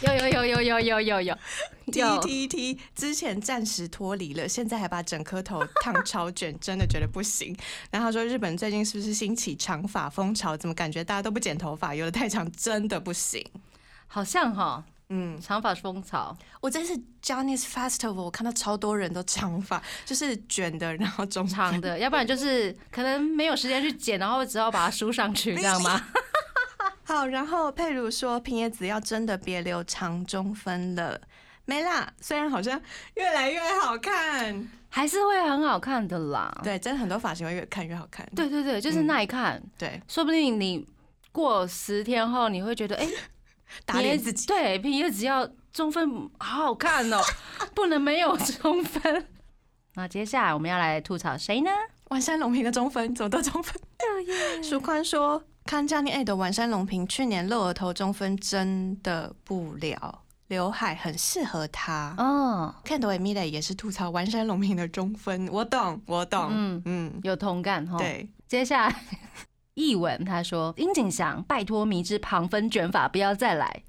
Speaker 3: 有有有有有有有有 (laughs)
Speaker 2: T
Speaker 3: 有
Speaker 2: T T 之前暂时脱离了，现在还把整颗头烫超卷，真的觉得不行。 (laughs) 然后他说日本最近是不是兴起长发风潮？怎么感觉大家都不剪头发，有的太长真的不行。
Speaker 3: 好像哈
Speaker 2: 嗯，
Speaker 3: 长发风潮，
Speaker 2: 我这次 Johnny's Festival 我看到超多人都长发， (laughs) 就是卷的，然后中
Speaker 3: 长的，要不然就是可能没有时间去剪，然后只好把它梳上去，这样吗？
Speaker 2: 好，然后佩如说平野紫耀真的别留长中分了。没啦，虽然好像越来越好看，
Speaker 3: 还是会很好看的啦。
Speaker 2: 对，真的很多发型会越看越好看。
Speaker 3: 啊对对对，就是耐看，
Speaker 2: 对，
Speaker 3: 说不定你过十天后你会觉得，哎、
Speaker 2: 打脸自己。
Speaker 3: 对，平野只要中分好好看
Speaker 2: (laughs)
Speaker 3: 哦，不能没有中分。那接下来我们要来吐槽谁呢？
Speaker 2: 丸山隆平的中分 (laughs) 怎么都中分？
Speaker 3: 啊
Speaker 2: 舒宽说，看家你爱的丸山隆平去年露额头中分真的不了，刘海很适合他。
Speaker 3: 哦，
Speaker 2: 看的维米蕾也是吐槽丸山隆平的中分，我懂，我懂，
Speaker 3: 嗯哦
Speaker 2: 嗯嗯，
Speaker 3: 有同感哈。，
Speaker 2: 对，
Speaker 3: 接下来译文他说：“殷景祥，拜托迷之旁分卷发不要再来。”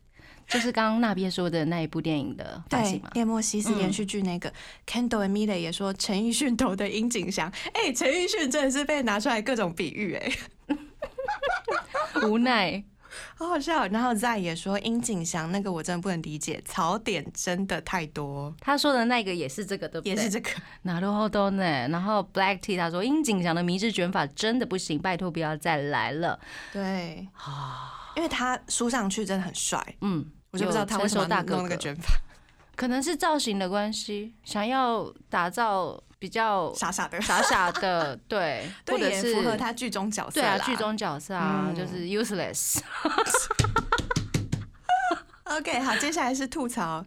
Speaker 3: 就是刚刚那边说的那一部电影的发型
Speaker 2: 对
Speaker 3: 嘛，。
Speaker 2: 猎莫西斯
Speaker 3: 嗯
Speaker 2: 连续剧那个、Kendall and Mila 也说陈奕迅头的殷景祥，哎、陈奕迅真的是被拿出来各种比喻、哎，
Speaker 3: (laughs) 无奈，
Speaker 2: 好好笑。然后 Z 也说殷景祥那个我真的不能理解，槽点真的太多，
Speaker 3: 他说的那个也是这个，对不对？
Speaker 2: 也是这个。
Speaker 3: 哪都好多呢。然后 Black T 他说：“殷景祥的迷之卷发真的不行，拜托不要再来了。
Speaker 2: 对， (sighs) 因为他梳上去真的很帅，”
Speaker 3: 嗯，
Speaker 2: 我就不知道他为什么
Speaker 3: 有成熟大
Speaker 2: 要
Speaker 3: 哥
Speaker 2: 弄那
Speaker 3: 哥
Speaker 2: 个卷发，
Speaker 3: 可能是造型的关系，想要打造比较
Speaker 2: 傻傻的，
Speaker 3: 傻傻
Speaker 2: (laughs)
Speaker 3: 的，对，
Speaker 2: 对
Speaker 3: 或者
Speaker 2: 也
Speaker 3: 是
Speaker 2: 符合他剧中角色
Speaker 3: 对啊，
Speaker 2: 啦
Speaker 3: 剧中角色啊，
Speaker 2: 嗯
Speaker 3: 就是 useless。 (laughs)
Speaker 2: OK，好，接下来是吐槽。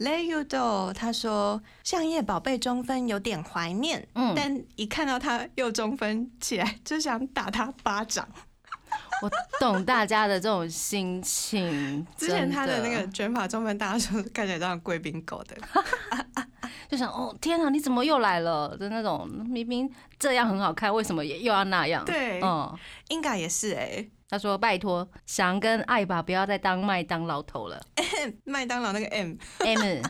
Speaker 2: Lay you do，他说相叶宝贝中分有点怀念，
Speaker 3: 嗯
Speaker 2: 但一看到他又中分起来，就想打他巴掌。
Speaker 3: 我懂大家的这种心情。
Speaker 2: (laughs) 之前他的
Speaker 3: 真
Speaker 2: 那个卷发中分，大家说看起来像贵宾狗
Speaker 3: 嗯
Speaker 2: 的，
Speaker 3: 就想哦，天啊，你怎么又来了的那种，明明这样很好看，为什么也又要那样？
Speaker 2: 对
Speaker 3: 嗯，
Speaker 2: 应该也是哎、
Speaker 3: 他说拜托，翔跟艾爸不要再当麦当劳头了
Speaker 2: 麦当劳那个 M，
Speaker 3: ，M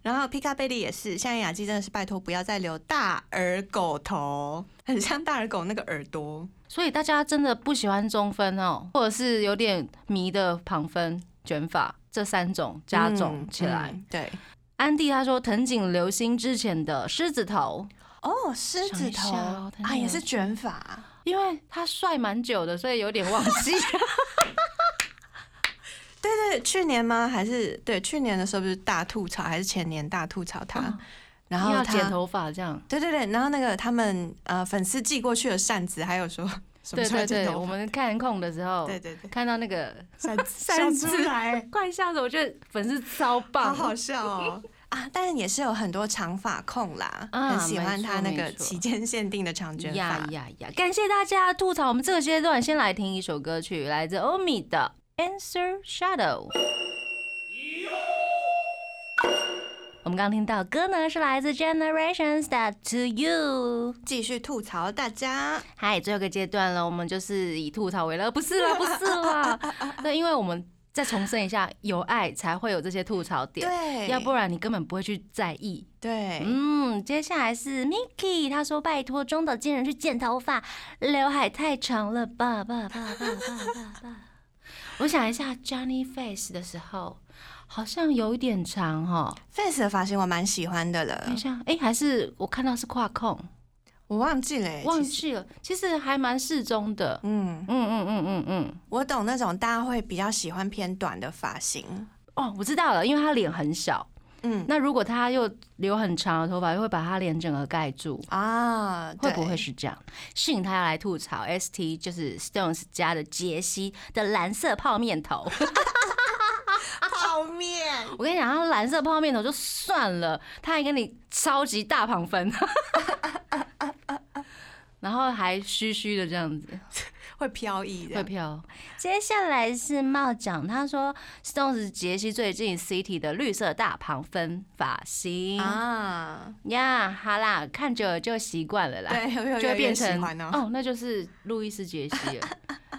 Speaker 2: 然后皮卡贝利也是，现在雅姬真的是拜托不要再留大耳狗头，很像大耳狗那个耳朵。
Speaker 3: 所以大家真的不喜欢中分哦，或者是有点迷的旁分、卷发这三种加总起来。
Speaker 2: 嗯嗯对，
Speaker 3: 安迪他说藤井流星之前的狮子头，
Speaker 2: 哦，狮子
Speaker 3: 想一
Speaker 2: 头
Speaker 3: 下哦他那
Speaker 2: 啊，
Speaker 3: 个
Speaker 2: 也是卷发，
Speaker 3: 因为他帅蛮久的，所以有点忘记。
Speaker 2: 对对，去年吗？还是对去年的时候不是大吐槽，还是前年大吐槽他，
Speaker 3: 嗯
Speaker 2: (laughs) 然
Speaker 3: 因为
Speaker 2: 后
Speaker 3: 要剪
Speaker 2: 他，
Speaker 3: 头发这样。
Speaker 2: 对对对，然后那个他们呃粉丝寄过去的扇子，还有说什么
Speaker 3: 对
Speaker 2: 时候
Speaker 3: 对
Speaker 2: 剪
Speaker 3: 对，
Speaker 2: 头
Speaker 3: 我
Speaker 2: 发
Speaker 3: 们看控的时候，
Speaker 2: 对对对，
Speaker 3: 看到那个
Speaker 2: 扇子
Speaker 3: (laughs) 扇子
Speaker 2: 笑出来，
Speaker 3: 快笑死，我觉得粉丝超
Speaker 2: 好
Speaker 3: 棒，
Speaker 2: 好笑哦。啊，但是也是有很多长发控啦，
Speaker 3: 啊
Speaker 2: 很喜欢
Speaker 3: 没错
Speaker 2: 他那个
Speaker 3: 没错
Speaker 2: 期间限定的长卷
Speaker 3: 呀
Speaker 2: 发。
Speaker 3: 呀呀！感谢大家吐槽。我们这个阶段先来听一首歌曲，来自欧米的《Answer Shadow》。我们刚听到歌呢，是来自 Generations 的《To You》。
Speaker 2: 继续吐槽大家，
Speaker 3: 嗨，最后一个阶段了，我们就是以吐槽为乐，不是啦，不是啦。对，因为我们再重申一下，有爱才会有这些吐槽点，
Speaker 2: 对，
Speaker 3: 要不然你根本不会去在意。
Speaker 2: 对，
Speaker 3: 嗯，接下来是 Miki，他说：“拜托中岛健人去剪头发，刘海太长了吧吧吧吧吧吧吧。”我想一下，Johnny Face 的时候好像有一点长哈，
Speaker 2: face 的发型我蛮喜欢的了
Speaker 3: 等一，下，哎、还是我看到是跨控，
Speaker 2: 我忘记了、欸，
Speaker 3: 忘
Speaker 2: 其实。
Speaker 3: 记了，其实还蛮适中的。
Speaker 2: 嗯，
Speaker 3: 嗯嗯嗯嗯嗯，
Speaker 2: 我懂那种大家会比较喜欢偏短的发型。
Speaker 3: 哦，我知道了，因为他脸很小，
Speaker 2: 嗯
Speaker 3: 那如果他又留很长的头发，又会把他脸整个盖住。
Speaker 2: 啊，
Speaker 3: 会不
Speaker 2: 对
Speaker 3: 会是这样？吸引他要来吐槽 ST 就是 Stones 家的杰西的蓝色泡面头。 (laughs)
Speaker 2: 泡面？
Speaker 3: 我跟你讲，他蓝色泡面头就算了，他还跟你超级大旁分， (laughs) 然后还虚虚的这样子，
Speaker 2: 会飘逸
Speaker 3: 会
Speaker 2: 的。
Speaker 3: 飘。接下来是茂讲，他说 Stones 杰西最近 City 的绿色大旁分发型
Speaker 2: 啊，
Speaker 3: 呀，好啦，看久了就习惯了啦。
Speaker 2: 对，有有
Speaker 3: 就会变成
Speaker 2: 喜欢哦。
Speaker 3: 哦，那就是路易斯杰西 (laughs) 了。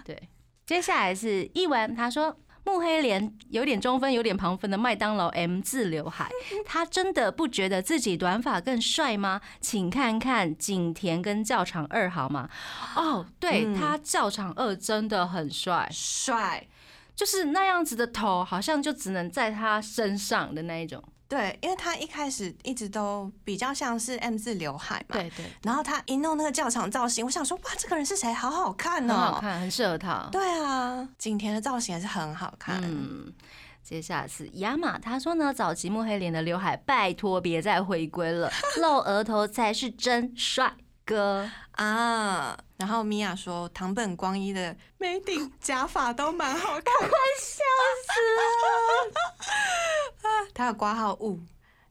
Speaker 3: 对，接下来是译文，他说慕黑莲有点中分，有点旁分的麦当劳 M 字刘 (laughs) 海，他真的不觉得自己短发更帅吗？请看看景田跟教场二好吗？哦，对
Speaker 2: 嗯
Speaker 3: 他教场二真的很帅，
Speaker 2: 帅，
Speaker 3: 就是那样子的头，好像就只能在他身上的那一种。
Speaker 2: 对，因为他一开始一直都比较像是 M 字刘海嘛。。
Speaker 3: 对对，
Speaker 2: 然后他一弄那个教场造型，我想说，哇，这个人是谁？好好看
Speaker 3: 很好
Speaker 2: 哦。
Speaker 3: 看，很适合他。
Speaker 2: 对啊，景甜的造型也是很好看。
Speaker 3: 嗯，接下来是雅马，他说呢，早期墨黑莲的刘海，拜托别再回归 (laughs) 了，露额头才是真帅哥。
Speaker 2: 啊。然后米娅说，堂本光一的眉顶假发都蛮好看，快笑死了。他有挂号物，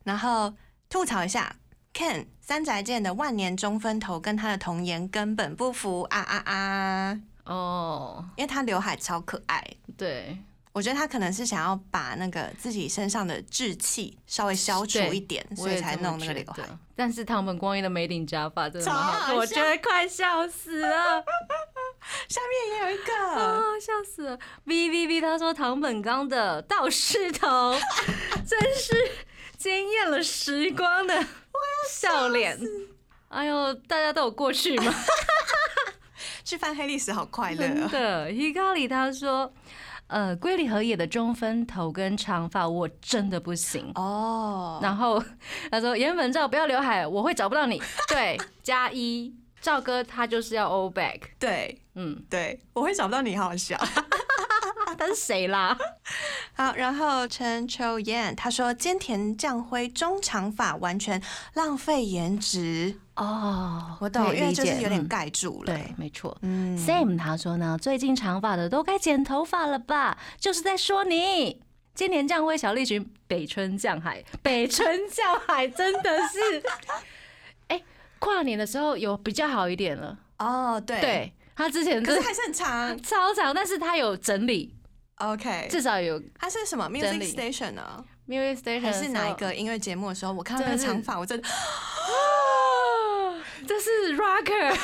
Speaker 2: 然后吐槽一下 Ken 三宅健的万年中分头跟他的童颜根本不符啊啊啊！
Speaker 3: 哦，
Speaker 2: 因为他刘海超可爱，
Speaker 3: 对，
Speaker 2: 我觉得他可能是想要把那个自己身上的稚气稍微消除
Speaker 3: 对
Speaker 2: 一点，
Speaker 3: 我
Speaker 2: 所以
Speaker 3: 也
Speaker 2: 才
Speaker 3: 这么
Speaker 2: 弄那个
Speaker 3: 觉
Speaker 2: 刘海。
Speaker 3: 得。但是唐本光一的眉顶假发真的蛮
Speaker 2: 超
Speaker 3: 好
Speaker 2: 好
Speaker 3: 看，
Speaker 2: 笑
Speaker 3: 我觉得快笑死 (laughs) 了
Speaker 2: 下面也有一
Speaker 3: 啊
Speaker 2: 个，！
Speaker 3: 笑死了。V V V，他说唐本刚的道士 (laughs) 头，真是惊艳了时光的笑脸。哎呦，大家都有过去嘛。
Speaker 2: 去翻黑历史好快乐
Speaker 3: 真
Speaker 2: 哦。
Speaker 3: 的，伊咖喱他说，呃，龟梨和也的中分头跟长发我真的不行。
Speaker 2: 哦，
Speaker 3: 然后他说颜粉照不要刘海，我会找不到你。对，加一。赵哥他就是要 all back，
Speaker 2: 对
Speaker 3: 嗯，
Speaker 2: 对，我会找不到你，好好笑。
Speaker 3: 啊，他是谁啦？
Speaker 2: (laughs) 好，然后陈秋燕她说，菅田将晖中长发完全浪费颜值，
Speaker 3: 哦，
Speaker 2: 我懂，
Speaker 3: 可以
Speaker 2: 因为
Speaker 3: 理
Speaker 2: 就是
Speaker 3: 解
Speaker 2: 有点
Speaker 3: 嗯
Speaker 2: 盖住了。
Speaker 3: 对，没错。
Speaker 2: 嗯
Speaker 3: Sam 他说呢，最近长发的都该剪头发了吧？就是在说你。今年降灰小丽群，北村降海，北村降海真的 (laughs) 是，哎、跨年的时候有比较好一点了，
Speaker 2: 哦，对
Speaker 3: 对，他之前
Speaker 2: 可
Speaker 3: 真
Speaker 2: 是
Speaker 3: 的
Speaker 2: 还是
Speaker 3: (laughs)
Speaker 2: 很长。
Speaker 3: 超长，但是他有整理，
Speaker 2: OK，
Speaker 3: 至少有
Speaker 2: 它是什么
Speaker 3: 整
Speaker 2: Music
Speaker 3: 哦理
Speaker 2: Station 呢？
Speaker 3: music station
Speaker 2: 还是哪一
Speaker 3: 的时
Speaker 2: 个音乐节目的时候，我看到那个
Speaker 3: 真的是
Speaker 2: 长发，我真的
Speaker 3: 候？ (laughs) 这是 rocker，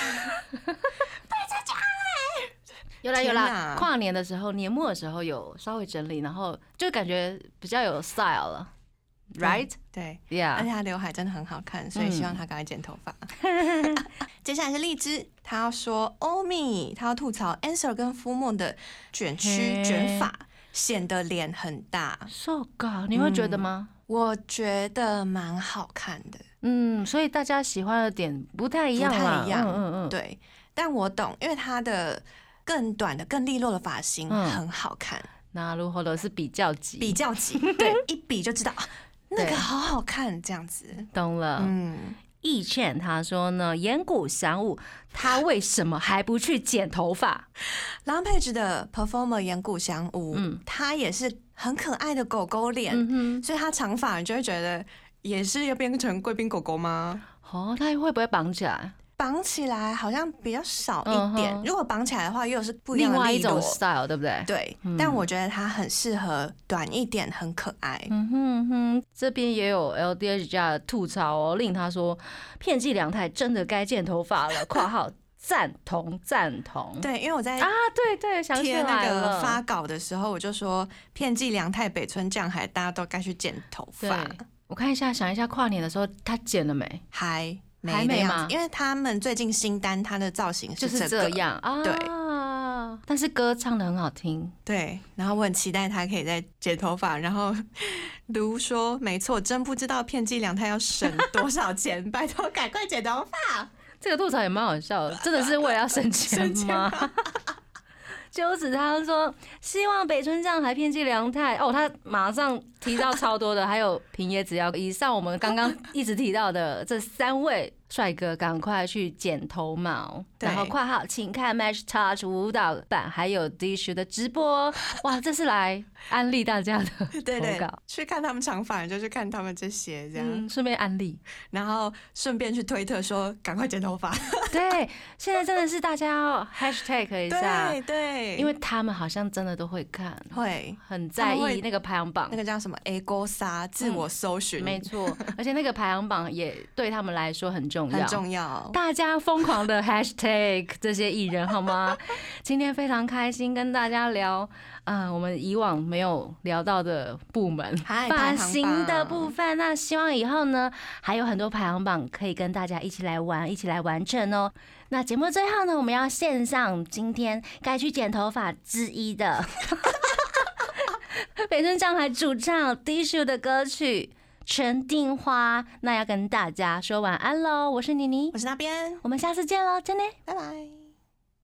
Speaker 3: 有啦有
Speaker 2: 天
Speaker 3: 啦，
Speaker 2: 哪
Speaker 3: 跨年的时候，年末的时候有稍微整理，然后就感觉比较有 style 了，right？
Speaker 2: 嗯对。而
Speaker 3: Yeah，
Speaker 2: 且她刘海真的很好看，所以希望她赶快剪头发。嗯 (laughs) 接下来是荔枝，她要说欧米，她要吐槽 Answer 跟肤墨的卷
Speaker 3: 嘿
Speaker 2: 须卷发显得脸很大，
Speaker 3: 受够，你会觉得吗？
Speaker 2: 我觉得蛮好看的。
Speaker 3: 嗯，所以大家喜欢的点不太一样
Speaker 2: 不
Speaker 3: 啦，
Speaker 2: 太一样
Speaker 3: 嗯嗯嗯，
Speaker 2: 对，但我懂，因为她的更短的、更利落的发型
Speaker 3: 嗯
Speaker 2: 很好看，
Speaker 3: 那如何的是比较级，
Speaker 2: 比较 (laughs) 级，对，一比就知道啊那
Speaker 3: 对
Speaker 2: 个好好看，这样子。
Speaker 3: 懂了。
Speaker 2: 嗯，
Speaker 3: 易倩她说呢，岩谷翔吾他为什么还不去剪头发？
Speaker 2: 郎佩芝的 performer 岩谷翔吾，
Speaker 3: 嗯
Speaker 2: 她也是很可爱的狗狗脸，
Speaker 3: 嗯
Speaker 2: 所以她长发你就会觉得也是要变成贵宾狗狗吗？
Speaker 3: 哼，哦，他会不会绑起来？
Speaker 2: 绑起来好像比较少一点，
Speaker 3: 嗯哼
Speaker 2: 如果绑起来的话，又是不一样
Speaker 3: 另
Speaker 2: 的
Speaker 3: 外一
Speaker 2: 利落
Speaker 3: 种 style，对不对？
Speaker 2: 对，
Speaker 3: 嗯
Speaker 2: 但我觉得她很适合短一点，很可爱。
Speaker 3: 嗯哼嗯哼，这边也有 LDH 家的吐槽哦，令他说片寄凉太真的该剪头发了。（括号赞同赞同。）
Speaker 2: 对，因为我在
Speaker 3: 啊，对对，想起
Speaker 2: 贴那
Speaker 3: 来
Speaker 2: 个
Speaker 3: 了，
Speaker 2: 发稿的时候，我就说片寄凉太北村降海，大家都该去剪头发，
Speaker 3: 对。我看一下，想一下跨年的时候他剪了没？
Speaker 2: 还
Speaker 3: 还
Speaker 2: 没的
Speaker 3: 没
Speaker 2: 样
Speaker 3: 吗
Speaker 2: 子，因为他们最近新单它的造型
Speaker 3: 就是是
Speaker 2: 这
Speaker 3: 这
Speaker 2: 个，
Speaker 3: 样啊。
Speaker 2: 对，
Speaker 3: 但是歌唱的很好听，
Speaker 2: 对。然后我很期待他可以再剪头发。然后 (laughs) 卢说：“没错，真不知道片寄凉太要省多少钱， (laughs) 拜托赶快剪头发。
Speaker 3: 这个吐槽也蛮好
Speaker 2: (laughs)
Speaker 3: 笑的，真的是为了要省钱吗？ (laughs) 鸠子他说希望北村将还骗进良太哦，他马上提到超多的，还有平野紫耀，以上我们刚刚一直提到的这三位帅哥，赶快去剪头毛，
Speaker 2: 对
Speaker 3: 然后括号请看 Match Touch 舞蹈版，还有 Dish 的直播，哇，这是来安利大家的投稿，
Speaker 2: (laughs) 对对，去看他们长发，就去看他们这些这样，
Speaker 3: 嗯，顺便安利。
Speaker 2: 然后顺便去推特说赶快剪头发。
Speaker 3: 对，现在真的是大家要 hashtag 一下
Speaker 2: 对，对，
Speaker 3: 因为他们好像真的都会看，
Speaker 2: 会。”
Speaker 3: 很在
Speaker 2: 他们
Speaker 3: 意
Speaker 2: 会
Speaker 3: 那个排行榜
Speaker 2: 那。个叫什么 A 勾沙自我搜寻，
Speaker 3: 嗯没错，而且那个排行榜也对他们来说很重
Speaker 2: 很
Speaker 3: 要。
Speaker 2: 重要。
Speaker 3: 大家疯狂的 hashtag 这些艺人好吗？ (laughs) 今天非常开心跟大家聊，呃，我们以往没有聊到的部门，
Speaker 2: 嗨
Speaker 3: 发
Speaker 2: 排行
Speaker 3: 型的
Speaker 2: 榜
Speaker 3: 部分。那希望以后呢，还有很多排行榜可以跟大家一起来玩，一起来完成哦。那节目最后呢，我们要献上今天该去剪头发之一的 (laughs) 北村将还主唱 d i s h u 的歌曲。陈定花，那要跟大家说晚安喽！我是妮妮
Speaker 2: 我，是那边，
Speaker 3: 我们下次见喽，真的。
Speaker 2: 拜拜。